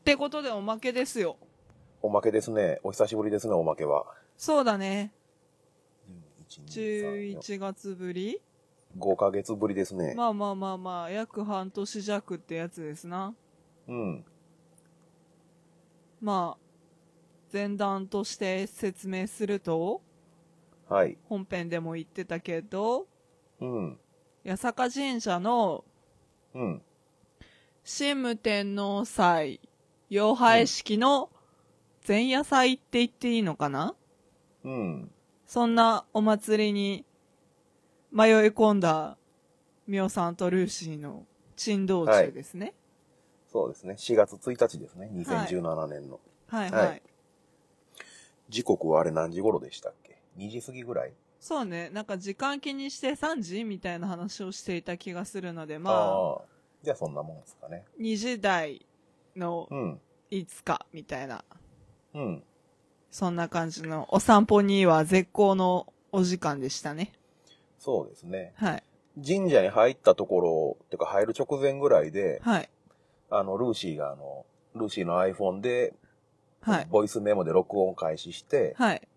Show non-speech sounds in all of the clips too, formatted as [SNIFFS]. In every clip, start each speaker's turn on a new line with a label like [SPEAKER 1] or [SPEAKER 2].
[SPEAKER 1] ってことでおまけですよ。
[SPEAKER 2] おまけですね。お久しぶりですね、おまけは。
[SPEAKER 1] そうだね。
[SPEAKER 2] 11
[SPEAKER 1] 11月ぶり
[SPEAKER 2] 5ヶ月ぶりですね。
[SPEAKER 1] まあまあまあまあ、約半年弱ってやつですな。
[SPEAKER 2] うん。
[SPEAKER 1] まあ、前段として説明すると、
[SPEAKER 2] はい。
[SPEAKER 1] 本編でも言ってたけど、
[SPEAKER 2] うん。
[SPEAKER 1] 八坂神社の
[SPEAKER 2] うん。
[SPEAKER 1] 神武天皇祭、妖拝式の前夜祭って言っていいのかな、
[SPEAKER 2] うん。
[SPEAKER 1] そんなお祭りに迷い込んだミオさんとルーシーの珍道中ですね。
[SPEAKER 2] そうですね。4月1日ですね。2017年の。
[SPEAKER 1] はい、は、
[SPEAKER 2] はいい時刻はあれ何時頃でしたっけ ?2 時過ぎぐらい
[SPEAKER 1] そうね、なんか時間気にして3時みたいな話をしていた気がするので、まあ、
[SPEAKER 2] あー。じゃあそんなもんですかね。
[SPEAKER 1] 2時台の
[SPEAKER 2] うん。
[SPEAKER 1] いつかみたいな、
[SPEAKER 2] うん。
[SPEAKER 1] そんな感じのお散歩には絶好のお時間でしたね。
[SPEAKER 2] そうですね。
[SPEAKER 1] はい。
[SPEAKER 2] 神社に入ったところ、てか入る直前ぐらいで、
[SPEAKER 1] はい。
[SPEAKER 2] あの、ルーシーがあの、ルーシーの iPhone で、
[SPEAKER 1] はい。
[SPEAKER 2] ボイスメモで録音開始して、
[SPEAKER 1] はい。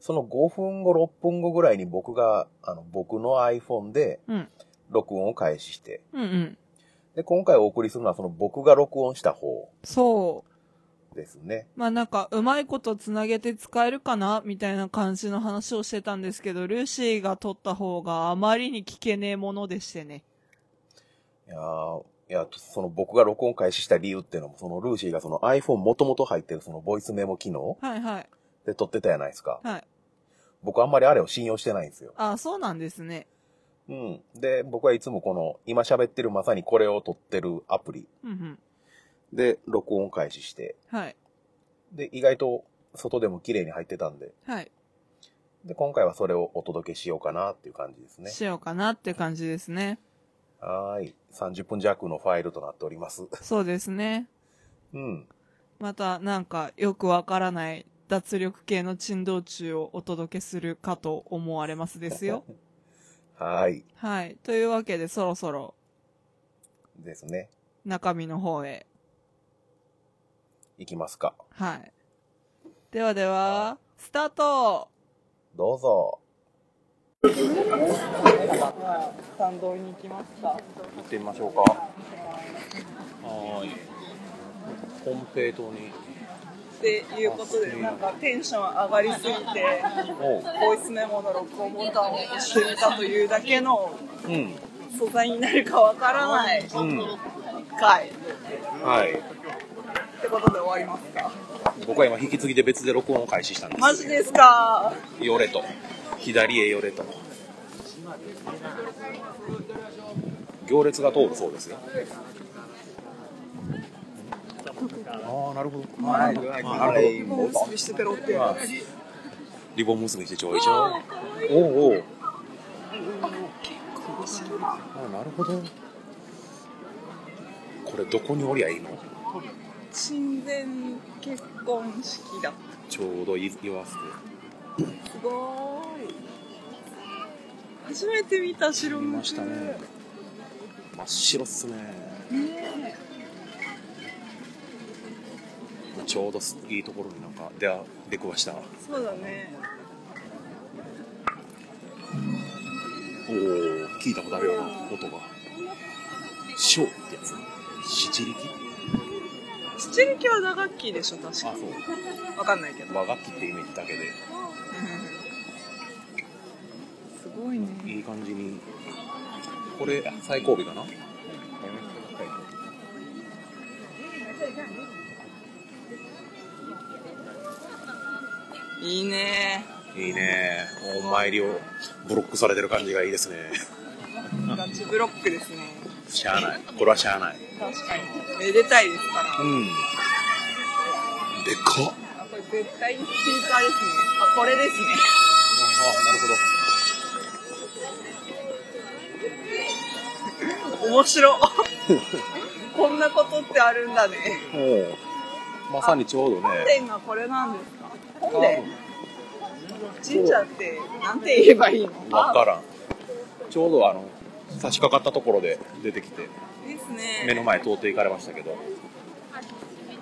[SPEAKER 2] その5分後、6分後ぐらいに僕が、あの、僕の iPhone で
[SPEAKER 1] うん。
[SPEAKER 2] 録音を開始して、
[SPEAKER 1] うんうん。
[SPEAKER 2] で、今回お送りするのはその僕が録音した方
[SPEAKER 1] そう。
[SPEAKER 2] ですね。
[SPEAKER 1] まあなんか、うまいことつなげて使えるかなみたいな感じの話をしてたんですけど、ルーシーが撮った方があまりに聞けねえものでしてね。
[SPEAKER 2] いやーいや、その僕が録音開始した理由っていうのも、そのルーシーがその iPhone もともと入ってるそのボイスメモ機能
[SPEAKER 1] はいはい。
[SPEAKER 2] で撮ってたやないですか。
[SPEAKER 1] はい。
[SPEAKER 2] 僕あんまりあれを信用してないんですよ。
[SPEAKER 1] あ、そうなんですね。
[SPEAKER 2] うん。で、僕はいつもこの、今喋ってるまさにこれを撮ってるアプリ
[SPEAKER 1] うんうん。
[SPEAKER 2] で録音開始して、
[SPEAKER 1] はい。
[SPEAKER 2] で、意外と外でも綺麗に入ってたんで、
[SPEAKER 1] はい。
[SPEAKER 2] で、今回はそれをお届けしようかなっていう感じですね。
[SPEAKER 1] しようかなって感じですね。
[SPEAKER 2] はーい。30分弱のファイルとなっております。 [LAUGHS]
[SPEAKER 1] そうですね。
[SPEAKER 2] うん。
[SPEAKER 1] またなんか、よくわからない脱力系の珍道中をお届けするかと思われますです [LAUGHS] よ。
[SPEAKER 2] はーい。
[SPEAKER 1] はい。というわけで、そろそろ
[SPEAKER 2] ですね。
[SPEAKER 1] 中身の方へ
[SPEAKER 2] いきますか。
[SPEAKER 1] はい。ではでは、スタート
[SPEAKER 2] どうぞ。
[SPEAKER 1] 参道に行きました。
[SPEAKER 2] 行ってみましょうか。はーい。本平島に。
[SPEAKER 1] っていうことで、なんかテンション上がりすぎて、
[SPEAKER 2] おう。
[SPEAKER 1] ボイスメモの録音ボタンを押してみたというだけの
[SPEAKER 2] うん。
[SPEAKER 1] 素材になるかわからない
[SPEAKER 2] うん。
[SPEAKER 1] 回っ
[SPEAKER 2] はい。
[SPEAKER 1] てことで終わりますか。
[SPEAKER 2] 僕は今引き継ぎで別で録音を開始したんです。
[SPEAKER 1] マジですか
[SPEAKER 2] よれと。左へよれと。行列が通るそうですよ。ああ、なるほど。はい、はい、
[SPEAKER 1] もう薄くしてペロってやつ。
[SPEAKER 2] リボン結びしてちょいちょい。おうおう。ああ、なるほど。これどこにおりゃいいの。
[SPEAKER 1] 親善結婚式だ。
[SPEAKER 2] ちょうどい言わせて。
[SPEAKER 1] すごーい。初めて見た白
[SPEAKER 2] 見
[SPEAKER 1] 無
[SPEAKER 2] ましたね。真っ白っすね。
[SPEAKER 1] ね
[SPEAKER 2] ちょうどいいところになんか出会出くわした。
[SPEAKER 1] えそうだね。
[SPEAKER 2] おお聞いたことあるような音がショーってやつ七力
[SPEAKER 1] 七力は打楽器でしょ確か
[SPEAKER 2] あそう
[SPEAKER 1] わかんないけど、
[SPEAKER 2] 和楽器ってイメージだけで
[SPEAKER 1] すごいね
[SPEAKER 2] いい感じにこれ最後尾かな
[SPEAKER 1] いいね
[SPEAKER 2] いいねお参りをブロックされてる感じがいいですね
[SPEAKER 1] ガチブロックですね
[SPEAKER 2] しゃあないこれはしゃあない
[SPEAKER 1] 確かにめでたいですから
[SPEAKER 2] うんでかっ
[SPEAKER 1] あこれ絶対にスピーカーですねあこれですね
[SPEAKER 2] あなるほど
[SPEAKER 1] 面白こんなことってあるんだね
[SPEAKER 2] おうまさにちょうど
[SPEAKER 1] 本
[SPEAKER 2] ね
[SPEAKER 1] 殿がこれなんですか本殿神社ってなんて言えばいいの
[SPEAKER 2] わからんちょうどあの差し掛かったところで出てきて
[SPEAKER 1] あですね
[SPEAKER 2] 目の前通って行かれましたけど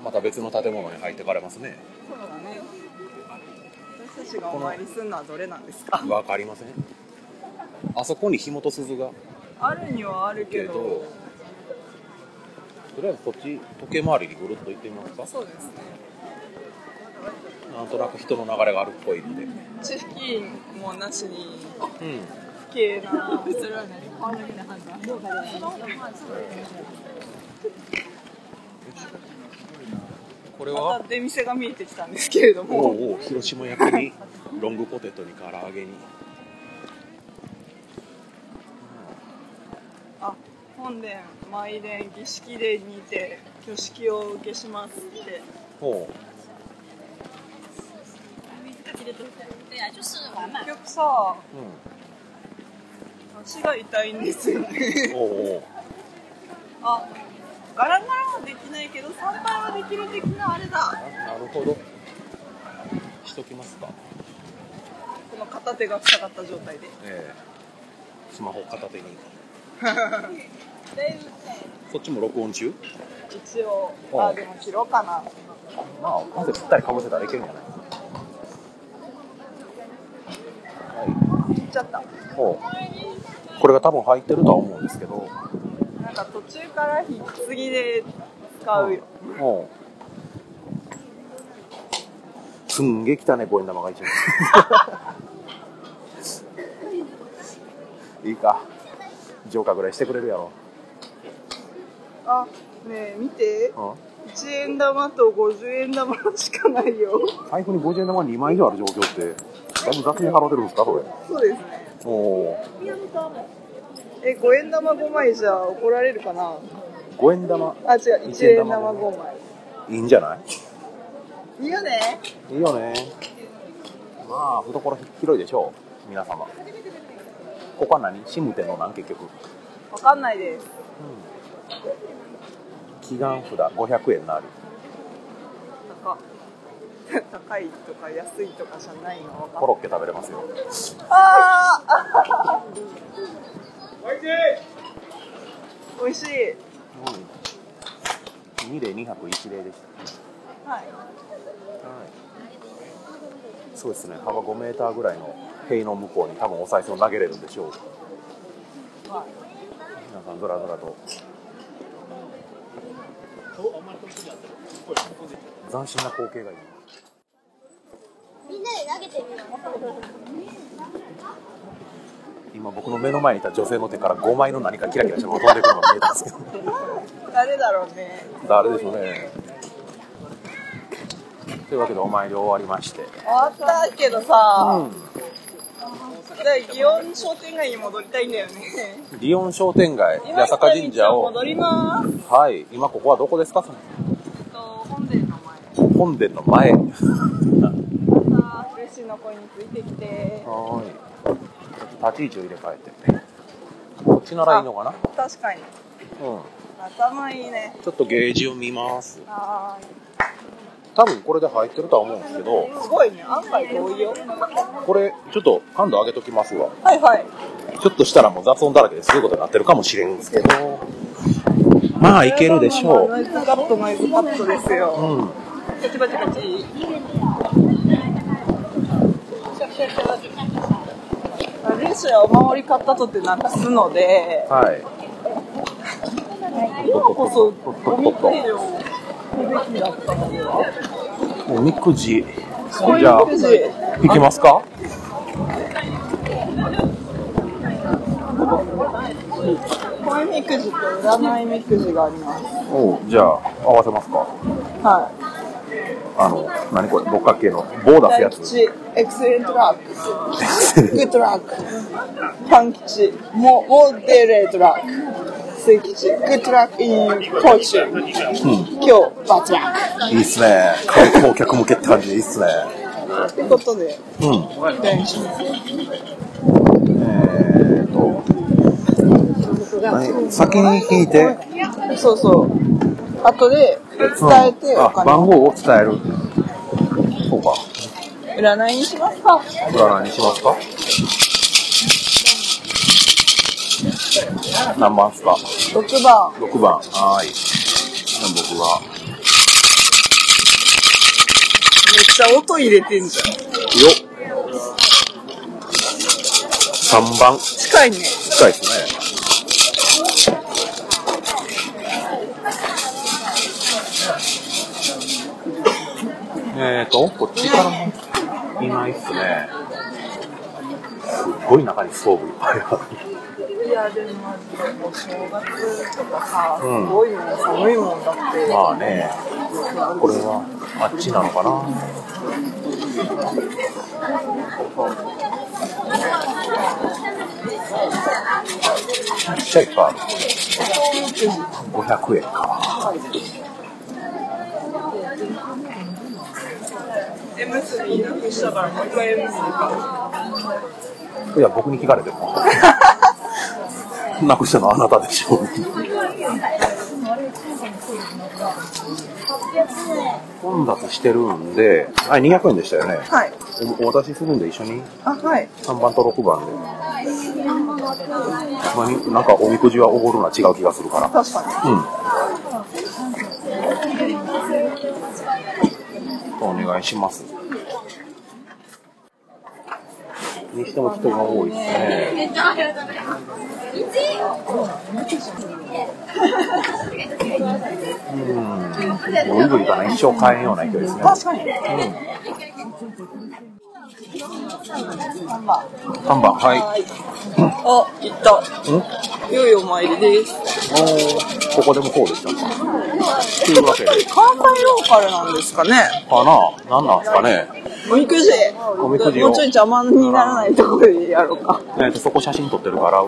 [SPEAKER 2] また別の建物に入ってかれますね。
[SPEAKER 1] そうだね。私たちがお参りするのはどれなんですか。
[SPEAKER 2] わかりません。あそこに火元鈴が。
[SPEAKER 1] あるにはあるけ
[SPEAKER 2] け
[SPEAKER 1] ど
[SPEAKER 2] ど。、とりあえずこっち、時計回りにぐるっと行ってみますか。
[SPEAKER 1] そうですね。
[SPEAKER 2] なんとなく人の流れがあるっぽいんで。うん。
[SPEAKER 1] チェッキンもなしに。不景な。
[SPEAKER 2] これ
[SPEAKER 1] ま
[SPEAKER 2] は
[SPEAKER 1] た出店が見えてきたんですけれど
[SPEAKER 2] お
[SPEAKER 1] も。
[SPEAKER 2] うおう広島焼きに、ロングポテトに唐揚げに。
[SPEAKER 1] あ、本殿、舞殿、儀式殿にて、挙式をお受けしますって。
[SPEAKER 2] ほ
[SPEAKER 3] 对呀、就是玩嘛
[SPEAKER 1] 結。局さ、
[SPEAKER 2] う。う
[SPEAKER 1] 足が痛いんですよね。
[SPEAKER 2] ん。おうおう。
[SPEAKER 1] あ、ガラガラはできないけど、参拝はできる的なあれ
[SPEAKER 2] あ
[SPEAKER 1] だ。
[SPEAKER 2] なるほど。しときますか。
[SPEAKER 1] この片手が塞がった状態で。
[SPEAKER 2] ええスマホ片手に。そっちも録音中
[SPEAKER 1] 一応、
[SPEAKER 2] う
[SPEAKER 1] あ、
[SPEAKER 2] ん
[SPEAKER 1] でも切ろうかな。
[SPEAKER 2] まあ、まずぴったりかぶせたらいけるんじゃないは
[SPEAKER 1] 切っちゃった。
[SPEAKER 2] い。ほう。これが多分入ってるとは思うんですけど。
[SPEAKER 1] なんか途中から引き継ぎで使うよ。
[SPEAKER 2] ほう。すんげえ汚ね、五円玉が一枚。 [LAUGHS] いいか。ジョーカーぐらいしてくれるやろ。
[SPEAKER 1] あ、ねえ、見て。
[SPEAKER 2] う
[SPEAKER 1] 1円玉と50円玉しかないよ。
[SPEAKER 2] ん。財布に50円玉2枚以上ある状況って、だいぶ雑に払ってるんですか、それ。
[SPEAKER 1] そうですね。
[SPEAKER 2] おお。
[SPEAKER 1] え、5円玉5枚じゃ怒られるかな
[SPEAKER 2] 五円玉、
[SPEAKER 1] あ、違う、1円玉5枚。
[SPEAKER 2] いいんじゃない
[SPEAKER 1] いいよね。
[SPEAKER 2] いいよね。まあ、懐広いでしょう、皆様。ここは何シムテのなん結局。
[SPEAKER 1] わかんないです。
[SPEAKER 2] 祈願札500円なり。
[SPEAKER 1] 高高いとか安いとかじゃないのわかん
[SPEAKER 2] コロッケ食べれますよ。
[SPEAKER 1] あーあ美味しい
[SPEAKER 2] うん。2例2泊1例でし
[SPEAKER 1] はい
[SPEAKER 2] た。はい。そうですね、幅5メーターぐらいの塀の向こうに多分お財布を投げれるんでしょう。
[SPEAKER 1] ま
[SPEAKER 2] 皆さん、ずらずらと。斬新な光景がいい。
[SPEAKER 3] みんなで投げてみよう。
[SPEAKER 2] 今僕の目の前にいた女性の手から5枚の何かキラキラしたものが飛んでくるのが見えたんですけど
[SPEAKER 1] あ誰だろうね
[SPEAKER 2] 誰でしょうねというわけでお参り終わりまして
[SPEAKER 1] 終わったけどさ、だから祇園商店街に戻りたいんだよね
[SPEAKER 2] 祇園商店街
[SPEAKER 1] 今
[SPEAKER 2] 八坂神社を
[SPEAKER 1] 戻ります
[SPEAKER 2] はい今ここはどこですか
[SPEAKER 1] えっと本殿の前
[SPEAKER 2] 本殿の前は
[SPEAKER 1] さあ嬉しの声についてきて
[SPEAKER 2] ーい立ち位置を入れ替えてこっちならいいのかな
[SPEAKER 1] 確かに
[SPEAKER 2] うん
[SPEAKER 1] 頭いいね
[SPEAKER 2] ちょっとゲージを見ます
[SPEAKER 1] あ
[SPEAKER 2] 多分これで入ってるとは思うんですけど
[SPEAKER 1] ーすごいね案外遠いよ
[SPEAKER 2] これちょっと感度上げときますわ
[SPEAKER 1] はいはい
[SPEAKER 2] ちょっとしたらもう雑音だらけですごいことになってるかもしれんですけど、まあいけるでしょ
[SPEAKER 1] ノイズカットノイズカットです
[SPEAKER 2] う。
[SPEAKER 1] よ
[SPEAKER 2] うん。
[SPEAKER 1] パチパチパチレースやお守り買ったとってなくすので、
[SPEAKER 2] はい。
[SPEAKER 1] 今こそゴミくじをすべきだったのでは。
[SPEAKER 2] おみくじ。
[SPEAKER 1] そう
[SPEAKER 2] じゃあ
[SPEAKER 1] いうく、じ。
[SPEAKER 2] いけますか
[SPEAKER 1] こういうみくじと占いみくじがあります。
[SPEAKER 2] おうじゃあ、合わせますか。
[SPEAKER 1] は
[SPEAKER 2] あの、何これ、六角形の棒
[SPEAKER 1] い。
[SPEAKER 2] 出
[SPEAKER 1] 大
[SPEAKER 2] すや
[SPEAKER 1] 吉、エクセレントラック、グッドラック、パン吉、モモデレートラック、水吉、グッドラック、インフォーチュン、今日、バツラック。
[SPEAKER 2] つ。いいっすね。観光客向けって感じでいいっすね。
[SPEAKER 1] ということで、
[SPEAKER 2] うん。
[SPEAKER 1] 大吉
[SPEAKER 2] えーと。何先に引いて、
[SPEAKER 1] そうそう。後で伝えて
[SPEAKER 2] うん
[SPEAKER 1] お
[SPEAKER 2] あ番
[SPEAKER 1] 金。
[SPEAKER 2] 号を伝える。そうか。
[SPEAKER 1] 占いにしますか。
[SPEAKER 2] 占いにしますか何番っすか
[SPEAKER 1] 6番。
[SPEAKER 2] 6番はーいじゃあ僕が
[SPEAKER 1] ちゃ音入れてんじゃん。
[SPEAKER 2] 3番。
[SPEAKER 1] 近いね。
[SPEAKER 2] 近いですね。えーと、こっちからもいないっすね。すっごい中にストーブいっぱいある。 [LAUGHS]
[SPEAKER 1] いや、でもマジで、お正月とかさ、
[SPEAKER 2] うん
[SPEAKER 1] すごいもん、寒いもんだって。
[SPEAKER 2] まあね、これはあっちなのかな。めっちゃいっぱいある。500円か。
[SPEAKER 1] 縁結びなくしたから、もう一回縁結びか。
[SPEAKER 2] いや、僕に聞かれて [LAUGHS] も。なくしたのはあなたでしょう。混雑してるんで、あ、200円でしたよね。
[SPEAKER 1] はい。
[SPEAKER 2] おお渡しするんで一緒に
[SPEAKER 1] あ、はい。
[SPEAKER 2] 3番と6番で。まあなんかおみくじはおごるのは違う気がするから。
[SPEAKER 1] 確か
[SPEAKER 2] うん。お願いします。にしても人が多いですね。うん。ぐいぐいかな、一生変えんような勢いですね。
[SPEAKER 1] に。確かに。
[SPEAKER 2] 看板、はい。
[SPEAKER 1] はい。あ、行った。良いお参りです。
[SPEAKER 2] おーここでもこうでしたか。というわけで、
[SPEAKER 1] やっぱり関西ローカルなんですかね。
[SPEAKER 2] かななんなんですかね。
[SPEAKER 1] おみくじ。
[SPEAKER 2] おみくじを
[SPEAKER 1] もうちょい邪魔にならないところでやろうか。
[SPEAKER 2] えー、とそこ写真撮ってるから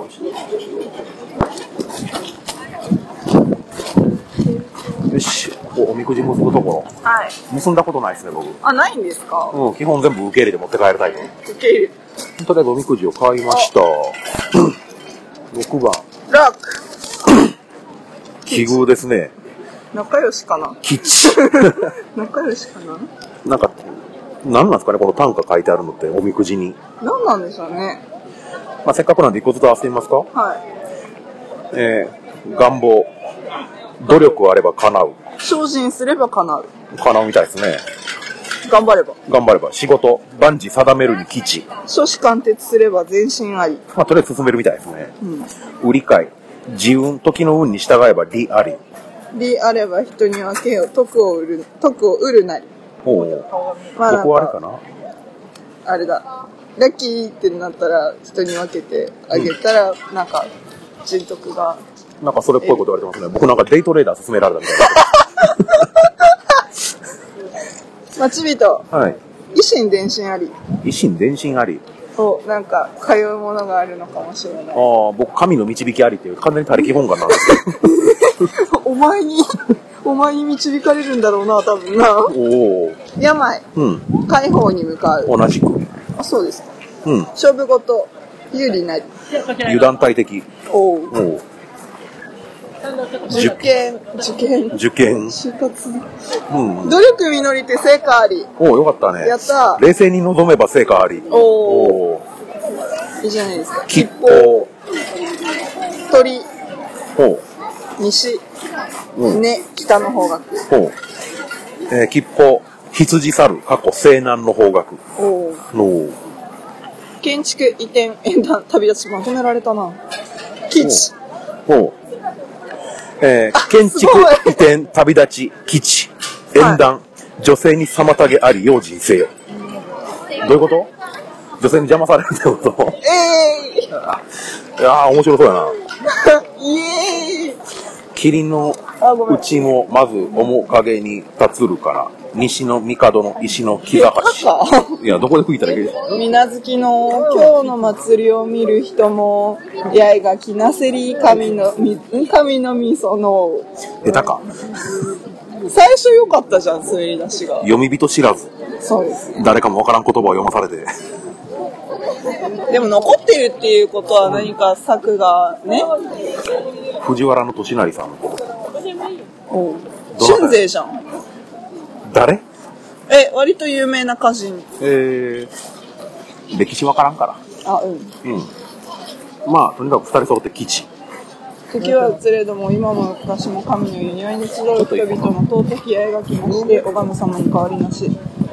[SPEAKER 2] よしここおみくじ結ぶところ
[SPEAKER 1] はい。
[SPEAKER 2] 結んだことないですね僕、
[SPEAKER 1] あ、ないんですか
[SPEAKER 2] うん、基本全部受け入れて持って帰るタイプ
[SPEAKER 1] 受け入れ。
[SPEAKER 2] とりあえずおみくじを買いま [SNIFFS] した6番
[SPEAKER 1] ラーク。
[SPEAKER 2] 奇遇ですね
[SPEAKER 1] 仲良しかな
[SPEAKER 2] 吉
[SPEAKER 1] 仲良しかな
[SPEAKER 2] [LAUGHS] なんか何なんですかねこの単価書いてあるのっておみくじに、
[SPEAKER 1] 何なんでしょうね。
[SPEAKER 2] まあ、せっかくなんで一個ずつ合わせてみますか
[SPEAKER 1] は
[SPEAKER 2] えー、願望努力あれば叶う
[SPEAKER 1] い。精進すれば叶う。
[SPEAKER 2] 叶うみたいですね
[SPEAKER 1] 頑張れば。
[SPEAKER 2] 頑張れば仕事万事定めるに吉
[SPEAKER 1] 書士貫徹すれば全身あり。
[SPEAKER 2] まあ、とりあえず進めるみたいですね。
[SPEAKER 1] うん。
[SPEAKER 2] 売り買い。自運、時の運に従えば利あり。
[SPEAKER 1] であれば人に分けよ。徳を売る、徳を売るなり。
[SPEAKER 2] ほう。
[SPEAKER 1] まあなん
[SPEAKER 2] ここはあれ
[SPEAKER 1] か
[SPEAKER 2] か、な
[SPEAKER 1] あれだ。ラッキーってなったら人に分けてあげたら、なんか、人徳が。
[SPEAKER 2] なんかそれっぽいこと言われてますね。僕なんかデイトレーダー勧められたみたい
[SPEAKER 1] 町人、
[SPEAKER 2] な。はい。
[SPEAKER 1] 維新伝心あり。
[SPEAKER 2] 維新伝心あり。
[SPEAKER 1] を、なんか、通うものがあるのかもしれな
[SPEAKER 2] ああ
[SPEAKER 1] い。、
[SPEAKER 2] 僕神の導きありっていう完全に他力本願なんですけど。
[SPEAKER 1] お前に、 [LAUGHS] お前に導かれるんだろうな、多分な。
[SPEAKER 2] [LAUGHS] おお。
[SPEAKER 1] 病、
[SPEAKER 2] うん。
[SPEAKER 1] 解放に向かう。
[SPEAKER 2] 同じく。
[SPEAKER 1] あ、そうですか。
[SPEAKER 2] うん。
[SPEAKER 1] 勝負事、有利なり。
[SPEAKER 2] 油断大敵。
[SPEAKER 1] おう。
[SPEAKER 2] おお。
[SPEAKER 1] 受験、受験、
[SPEAKER 2] 受験。
[SPEAKER 1] 就活。
[SPEAKER 2] うん。
[SPEAKER 1] 努力実りて成果あり。
[SPEAKER 2] おお、よかったね。
[SPEAKER 1] やった
[SPEAKER 2] 冷静に臨めば成果あり。
[SPEAKER 1] おお。
[SPEAKER 2] お。
[SPEAKER 1] いいじゃないですか。
[SPEAKER 2] 吉報。
[SPEAKER 1] 鳥、
[SPEAKER 2] ほ
[SPEAKER 1] 西、
[SPEAKER 2] う。うん。
[SPEAKER 1] ね、北の方角。
[SPEAKER 2] ほう。えー、吉報。羊猿、過去、西南の方角。
[SPEAKER 1] おう。
[SPEAKER 2] の
[SPEAKER 1] 建築、移転、縁談、旅立ち、まとめられたな。基地、
[SPEAKER 2] ほう。えー建
[SPEAKER 1] す
[SPEAKER 2] 築
[SPEAKER 1] ごい、
[SPEAKER 2] 移転、旅立ち、基地、縁談、女性に妨げあり、用心せよ。どういうこと女性に邪魔されるってこ
[SPEAKER 1] ええー
[SPEAKER 2] といやー、面白そうやな。
[SPEAKER 1] イエーイ
[SPEAKER 2] 霧の
[SPEAKER 1] あごめん
[SPEAKER 2] うちも、まず、面影に立つるから、西の帝の石の膝
[SPEAKER 1] 高
[SPEAKER 2] 橋。いや、どこで吹いたらいいでしょ
[SPEAKER 1] 水無月の今日の祭りを見る人も、八重がきなせり、神のみ、ん神のみその、
[SPEAKER 2] う下手か。
[SPEAKER 1] 最初良かったじゃん、滑り出しが。
[SPEAKER 2] 読み人知らず、
[SPEAKER 1] そうですね。
[SPEAKER 2] 誰かもわからん言葉を読まされて。
[SPEAKER 1] でも残ってるっていうことは何か策がね、
[SPEAKER 2] 藤原の俊成さんのこと。
[SPEAKER 1] おう春勢じゃん。
[SPEAKER 2] 誰
[SPEAKER 1] え、割と有名な歌人。
[SPEAKER 2] えー、歴史わからんから。
[SPEAKER 1] あ、うん。
[SPEAKER 2] うん。まあ、とにかく二人揃って基地。
[SPEAKER 1] 時は移れども、今も昔も神の湯にはに集う人々の尊き八重がきまして、拝む様に変わりなし。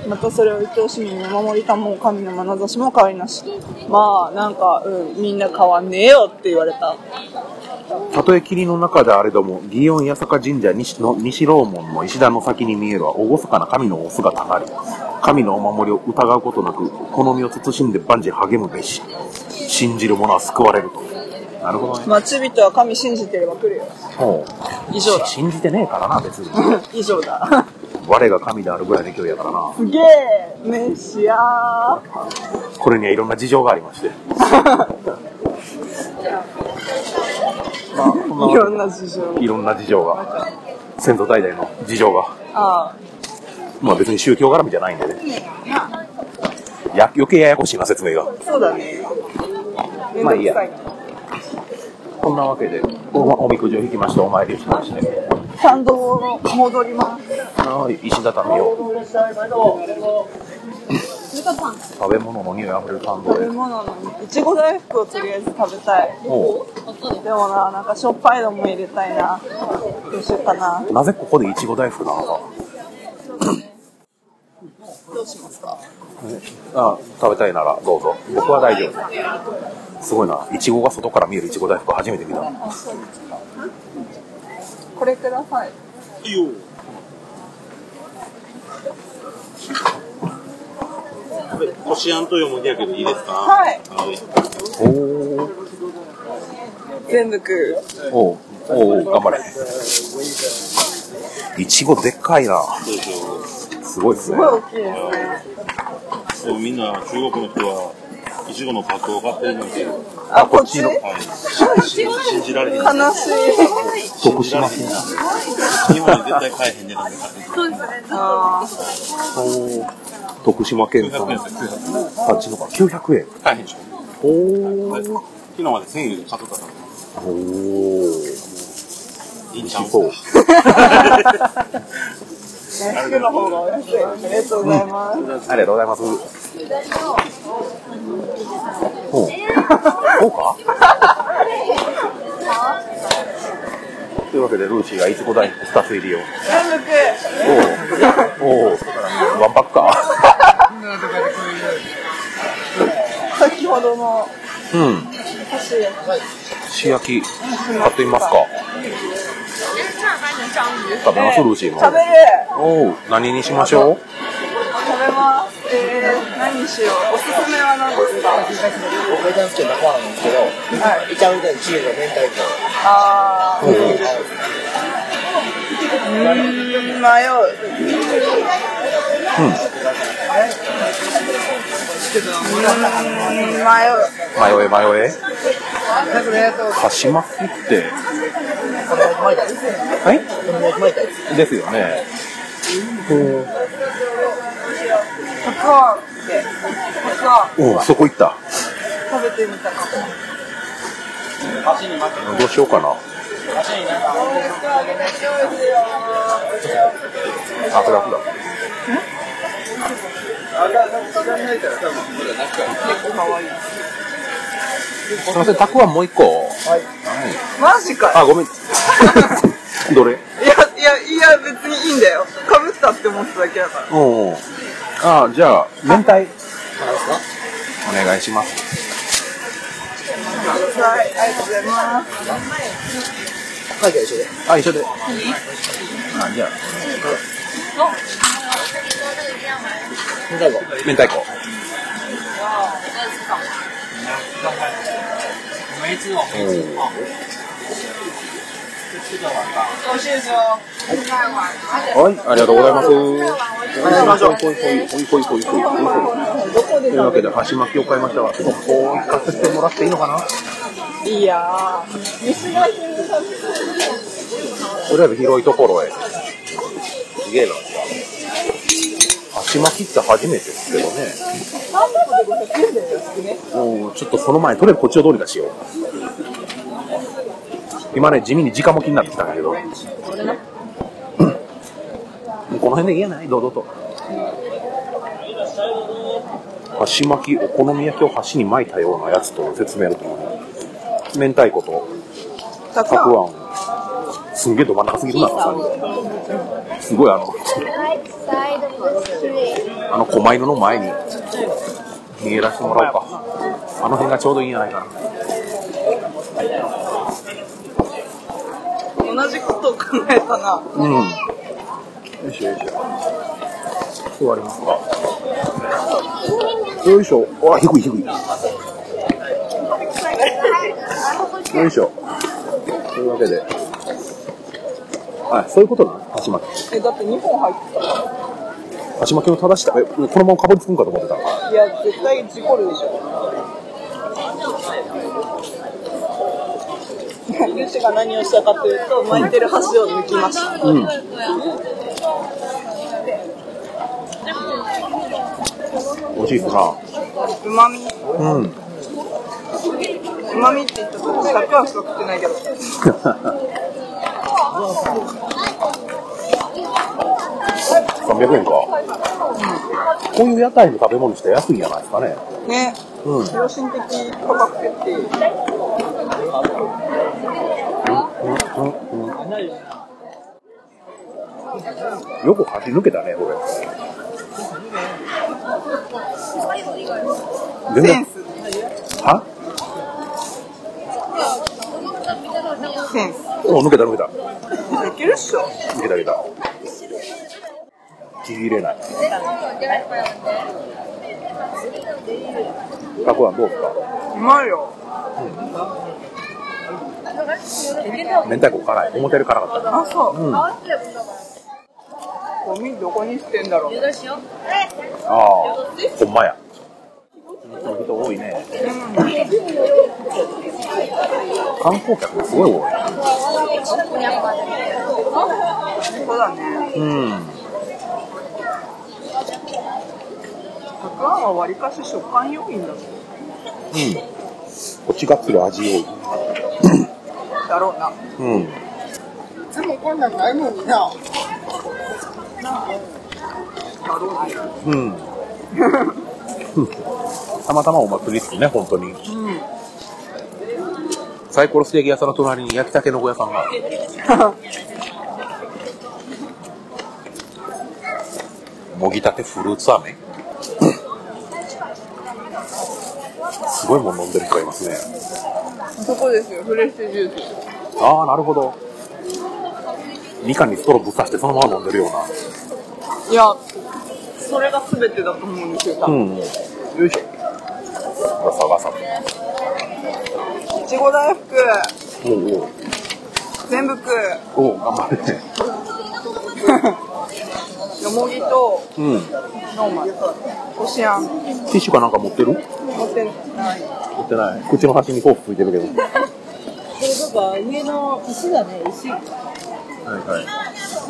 [SPEAKER 1] またそれを一等市民見守りたもう神の眼差しも変わりなしまあなんか、うん、みんな変わんねえよって言われた
[SPEAKER 2] たとえ霧の中であれども、祇園八坂神社西の西楼門の石段の先に見えるは厳かな神のお姿なり、神のお守りを疑うことなく、好みを慎んで万事励むべし、信じる者は救われると。なるほどね。
[SPEAKER 1] まあチビとは神信じてれば来るよ
[SPEAKER 2] も
[SPEAKER 1] 以上だ
[SPEAKER 2] う、信じてねえからな、別に。
[SPEAKER 1] [LAUGHS] 以上だ
[SPEAKER 2] 我が神であるぐらいの勢いやからな。
[SPEAKER 1] すげえメシアー
[SPEAKER 2] これにはいろんな事情がありまして。まあ、こんないわ
[SPEAKER 1] ろんな事情
[SPEAKER 2] けでいろんな事情が。先祖代々の事情が。
[SPEAKER 1] あ
[SPEAKER 2] まあ別に宗教絡みじゃないんでね。や余計ややこしいな説明が。
[SPEAKER 1] あそうだねめん
[SPEAKER 2] まあ
[SPEAKER 1] ど
[SPEAKER 2] いい
[SPEAKER 1] く
[SPEAKER 2] や
[SPEAKER 1] さいな
[SPEAKER 2] こんなわけで、おおみくじを引きまして、お参りをしまして、
[SPEAKER 1] 参道を戻ります
[SPEAKER 2] はい石畳を
[SPEAKER 4] みかパン。
[SPEAKER 2] 食べ物の匂いあふれる感動
[SPEAKER 1] 食べ
[SPEAKER 2] で。
[SPEAKER 1] 物のいちご大福をとりあえず食べたい
[SPEAKER 2] も
[SPEAKER 1] でもななんかしょっぱいのも入れたいなどうしようかな
[SPEAKER 2] う、なぜここでいちご大福なのか。
[SPEAKER 1] どうしますか
[SPEAKER 2] あ食べたいならどうぞ。僕は大丈夫。すごいな。いちごが外から見えるいちご大福初めて見た。
[SPEAKER 1] これください
[SPEAKER 3] こしあんというもんやけどいいですか
[SPEAKER 1] はい
[SPEAKER 3] はい。
[SPEAKER 2] おお
[SPEAKER 1] 全部食
[SPEAKER 2] おうおう頑張れ。いちごでっかいな。
[SPEAKER 3] そうです
[SPEAKER 2] す
[SPEAKER 1] うす
[SPEAKER 2] ごいですね。
[SPEAKER 1] ごい大きいですね
[SPEAKER 3] よ。でもみんな中国の人は、いちごのパックを買ってるんですよ。
[SPEAKER 1] あこっち
[SPEAKER 2] こっち
[SPEAKER 3] はい。信じられへん。
[SPEAKER 1] 悲しい
[SPEAKER 3] 信じられへんな。日本に絶対買えへんねなんで買ってる。
[SPEAKER 1] あ
[SPEAKER 2] おー徳島県産。
[SPEAKER 3] 900円ですよ。
[SPEAKER 2] あっちのか900円。
[SPEAKER 3] 買えへんでしょ。
[SPEAKER 2] おお
[SPEAKER 3] はい昨日まで1000円で買っとったか
[SPEAKER 2] おお。
[SPEAKER 3] ら。い
[SPEAKER 2] 美
[SPEAKER 3] い
[SPEAKER 2] 味
[SPEAKER 3] ちゃ
[SPEAKER 2] し
[SPEAKER 3] んすか
[SPEAKER 2] そう。
[SPEAKER 1] ー安くの方がお安いありがとうございます、
[SPEAKER 2] ありがとうございます。
[SPEAKER 1] [LAUGHS]
[SPEAKER 2] ほう。そうか。というわけでルーシーがいちご大福二つ入りを。
[SPEAKER 1] 全部食
[SPEAKER 2] おお。おお。ワンパックか。
[SPEAKER 1] う先ほどの
[SPEAKER 2] うん。
[SPEAKER 1] 箸
[SPEAKER 2] 串焼き買ってみますか。食べますルーシーも。
[SPEAKER 1] 食べる
[SPEAKER 2] おお。何にしましょう。
[SPEAKER 1] 食べますえー、何にしようおすすめは何ですか
[SPEAKER 5] 僕が大好きなご飯なんですけど、炒めたりチーズ、明太子。
[SPEAKER 1] あーうーん迷う迷う。
[SPEAKER 2] 迷え迷え。鹿島きって。はい。ですよね。
[SPEAKER 1] たくあんって。たくあん
[SPEAKER 2] おお、そこ行った。
[SPEAKER 1] 食べてみたかも。
[SPEAKER 2] どうしようかな。あ、これこれすみません、たくあんもう一個。
[SPEAKER 1] マジかよ。
[SPEAKER 2] あ、ごめ [LAUGHS] ん。どれ。
[SPEAKER 1] いや、いや、いや、別にいいんだよ。かぶったって思ってただけだから。
[SPEAKER 2] おお。あ、じゃあ、明太。お願いします。
[SPEAKER 1] はい、ありがとうございます。
[SPEAKER 2] あ、一緒で。あ、じゃあ。明太子。
[SPEAKER 1] 美味しいですよ。
[SPEAKER 2] はい、ありがとうございます。ほいほいほいほいほいほいほいほいほい
[SPEAKER 1] どこで
[SPEAKER 2] というわけで、箸巻きを買いましたが、ここを行かせてもらっていいのかな
[SPEAKER 1] いやー。西垣に食べ
[SPEAKER 2] とりあえず広いところへ。すげえな。箸巻きって初めてですけどね。
[SPEAKER 1] 三百で500円だよ。ね。
[SPEAKER 2] もうちょっとその前に、とりあえずこっちをどうにかしよう。今ね、地味に時間も気になってきたんだけど。もうこの辺でいいやない堂々と。箸巻き、お好み焼きを箸に巻いたようなやつとの説明のところ明太子と
[SPEAKER 1] た
[SPEAKER 2] たくあん。すんげえど真ん中すぎるな、さすがに。すごいあの、
[SPEAKER 6] Right side of the street.
[SPEAKER 2] あの、狛犬の前に逃げ出してもらおうか。あの辺がちょうどいいんじゃないかな。
[SPEAKER 1] 同じことを考えたな。
[SPEAKER 2] うん。よいしょよいしょ。座りますか。よいしょ。あ、低い低い。よいしょ。というわけで。はい、そういうことなの鉢巻き。
[SPEAKER 1] え、だって2本入って
[SPEAKER 2] 鉢巻きを正した。え、このままかぶりつくんかと思ってた。
[SPEAKER 1] た。いや、絶対事故るでしょ。 [LAUGHS] ルシが何をしたかというと、巻いてる箸を抜きました。
[SPEAKER 2] うん。美味しいですな。
[SPEAKER 1] うまみ。う
[SPEAKER 2] うん。
[SPEAKER 1] まみって言ったこと、100はしか食ってないけど。
[SPEAKER 2] 300円か。こういう屋台の食べ物して安いんじゃないですかね。
[SPEAKER 1] ね。
[SPEAKER 2] うん。
[SPEAKER 1] 良心的価格設定。
[SPEAKER 2] よく走り抜けたね、これ。全
[SPEAKER 1] セン
[SPEAKER 2] 然、
[SPEAKER 1] ス。
[SPEAKER 2] は
[SPEAKER 1] センス。
[SPEAKER 2] お抜けた抜けた。
[SPEAKER 1] いけるっしょ。
[SPEAKER 2] 抜けた抜けた。ちぎれない。たくあんどうですか
[SPEAKER 1] うまいよ。
[SPEAKER 2] 明太子辛い。思ったより辛かっ
[SPEAKER 1] あ、そう。
[SPEAKER 2] た。うん。あ
[SPEAKER 1] ゴミどこにしてんだろう。
[SPEAKER 2] あ、ほんまや。人多いね。観光客がすごい多い。
[SPEAKER 1] そうだね。
[SPEAKER 2] うん。
[SPEAKER 1] たくあんはわりかし食感良いんだ
[SPEAKER 2] うん。こっちがっつり味多い。
[SPEAKER 1] だろうな。
[SPEAKER 2] うん。
[SPEAKER 1] いつもこんなんないのにな。だろうね。
[SPEAKER 2] うん。たまたまお祭りですね、本当に。
[SPEAKER 1] うん。
[SPEAKER 2] サイコロステーキ屋さんの隣に焼きたけのこ屋さん
[SPEAKER 1] [LAUGHS]
[SPEAKER 2] がある。もぎたてフルーツ飴。すごいもん飲んでる人がいますね。
[SPEAKER 1] そこですよ、フレッシュジュース。
[SPEAKER 2] ああ、なるほど。みかんにストローぶっ刺してそのまま飲んでるよう
[SPEAKER 1] いや、それが全てだと思うんですよ、多
[SPEAKER 2] な。
[SPEAKER 1] 分。
[SPEAKER 2] ん。よいしょ。ガサガサ。
[SPEAKER 1] いちご大福、
[SPEAKER 2] おうおう。
[SPEAKER 1] 全部食う、
[SPEAKER 2] おう、頑張れね。
[SPEAKER 1] よもぎと、
[SPEAKER 2] うん。
[SPEAKER 1] ノーマル、こしあん、持
[SPEAKER 2] ティッシュかなんか持ってる
[SPEAKER 1] ってない。
[SPEAKER 2] 持ってない。口の端にフォークついてるけど。
[SPEAKER 7] これとか上の石だね、石。
[SPEAKER 2] はいはい。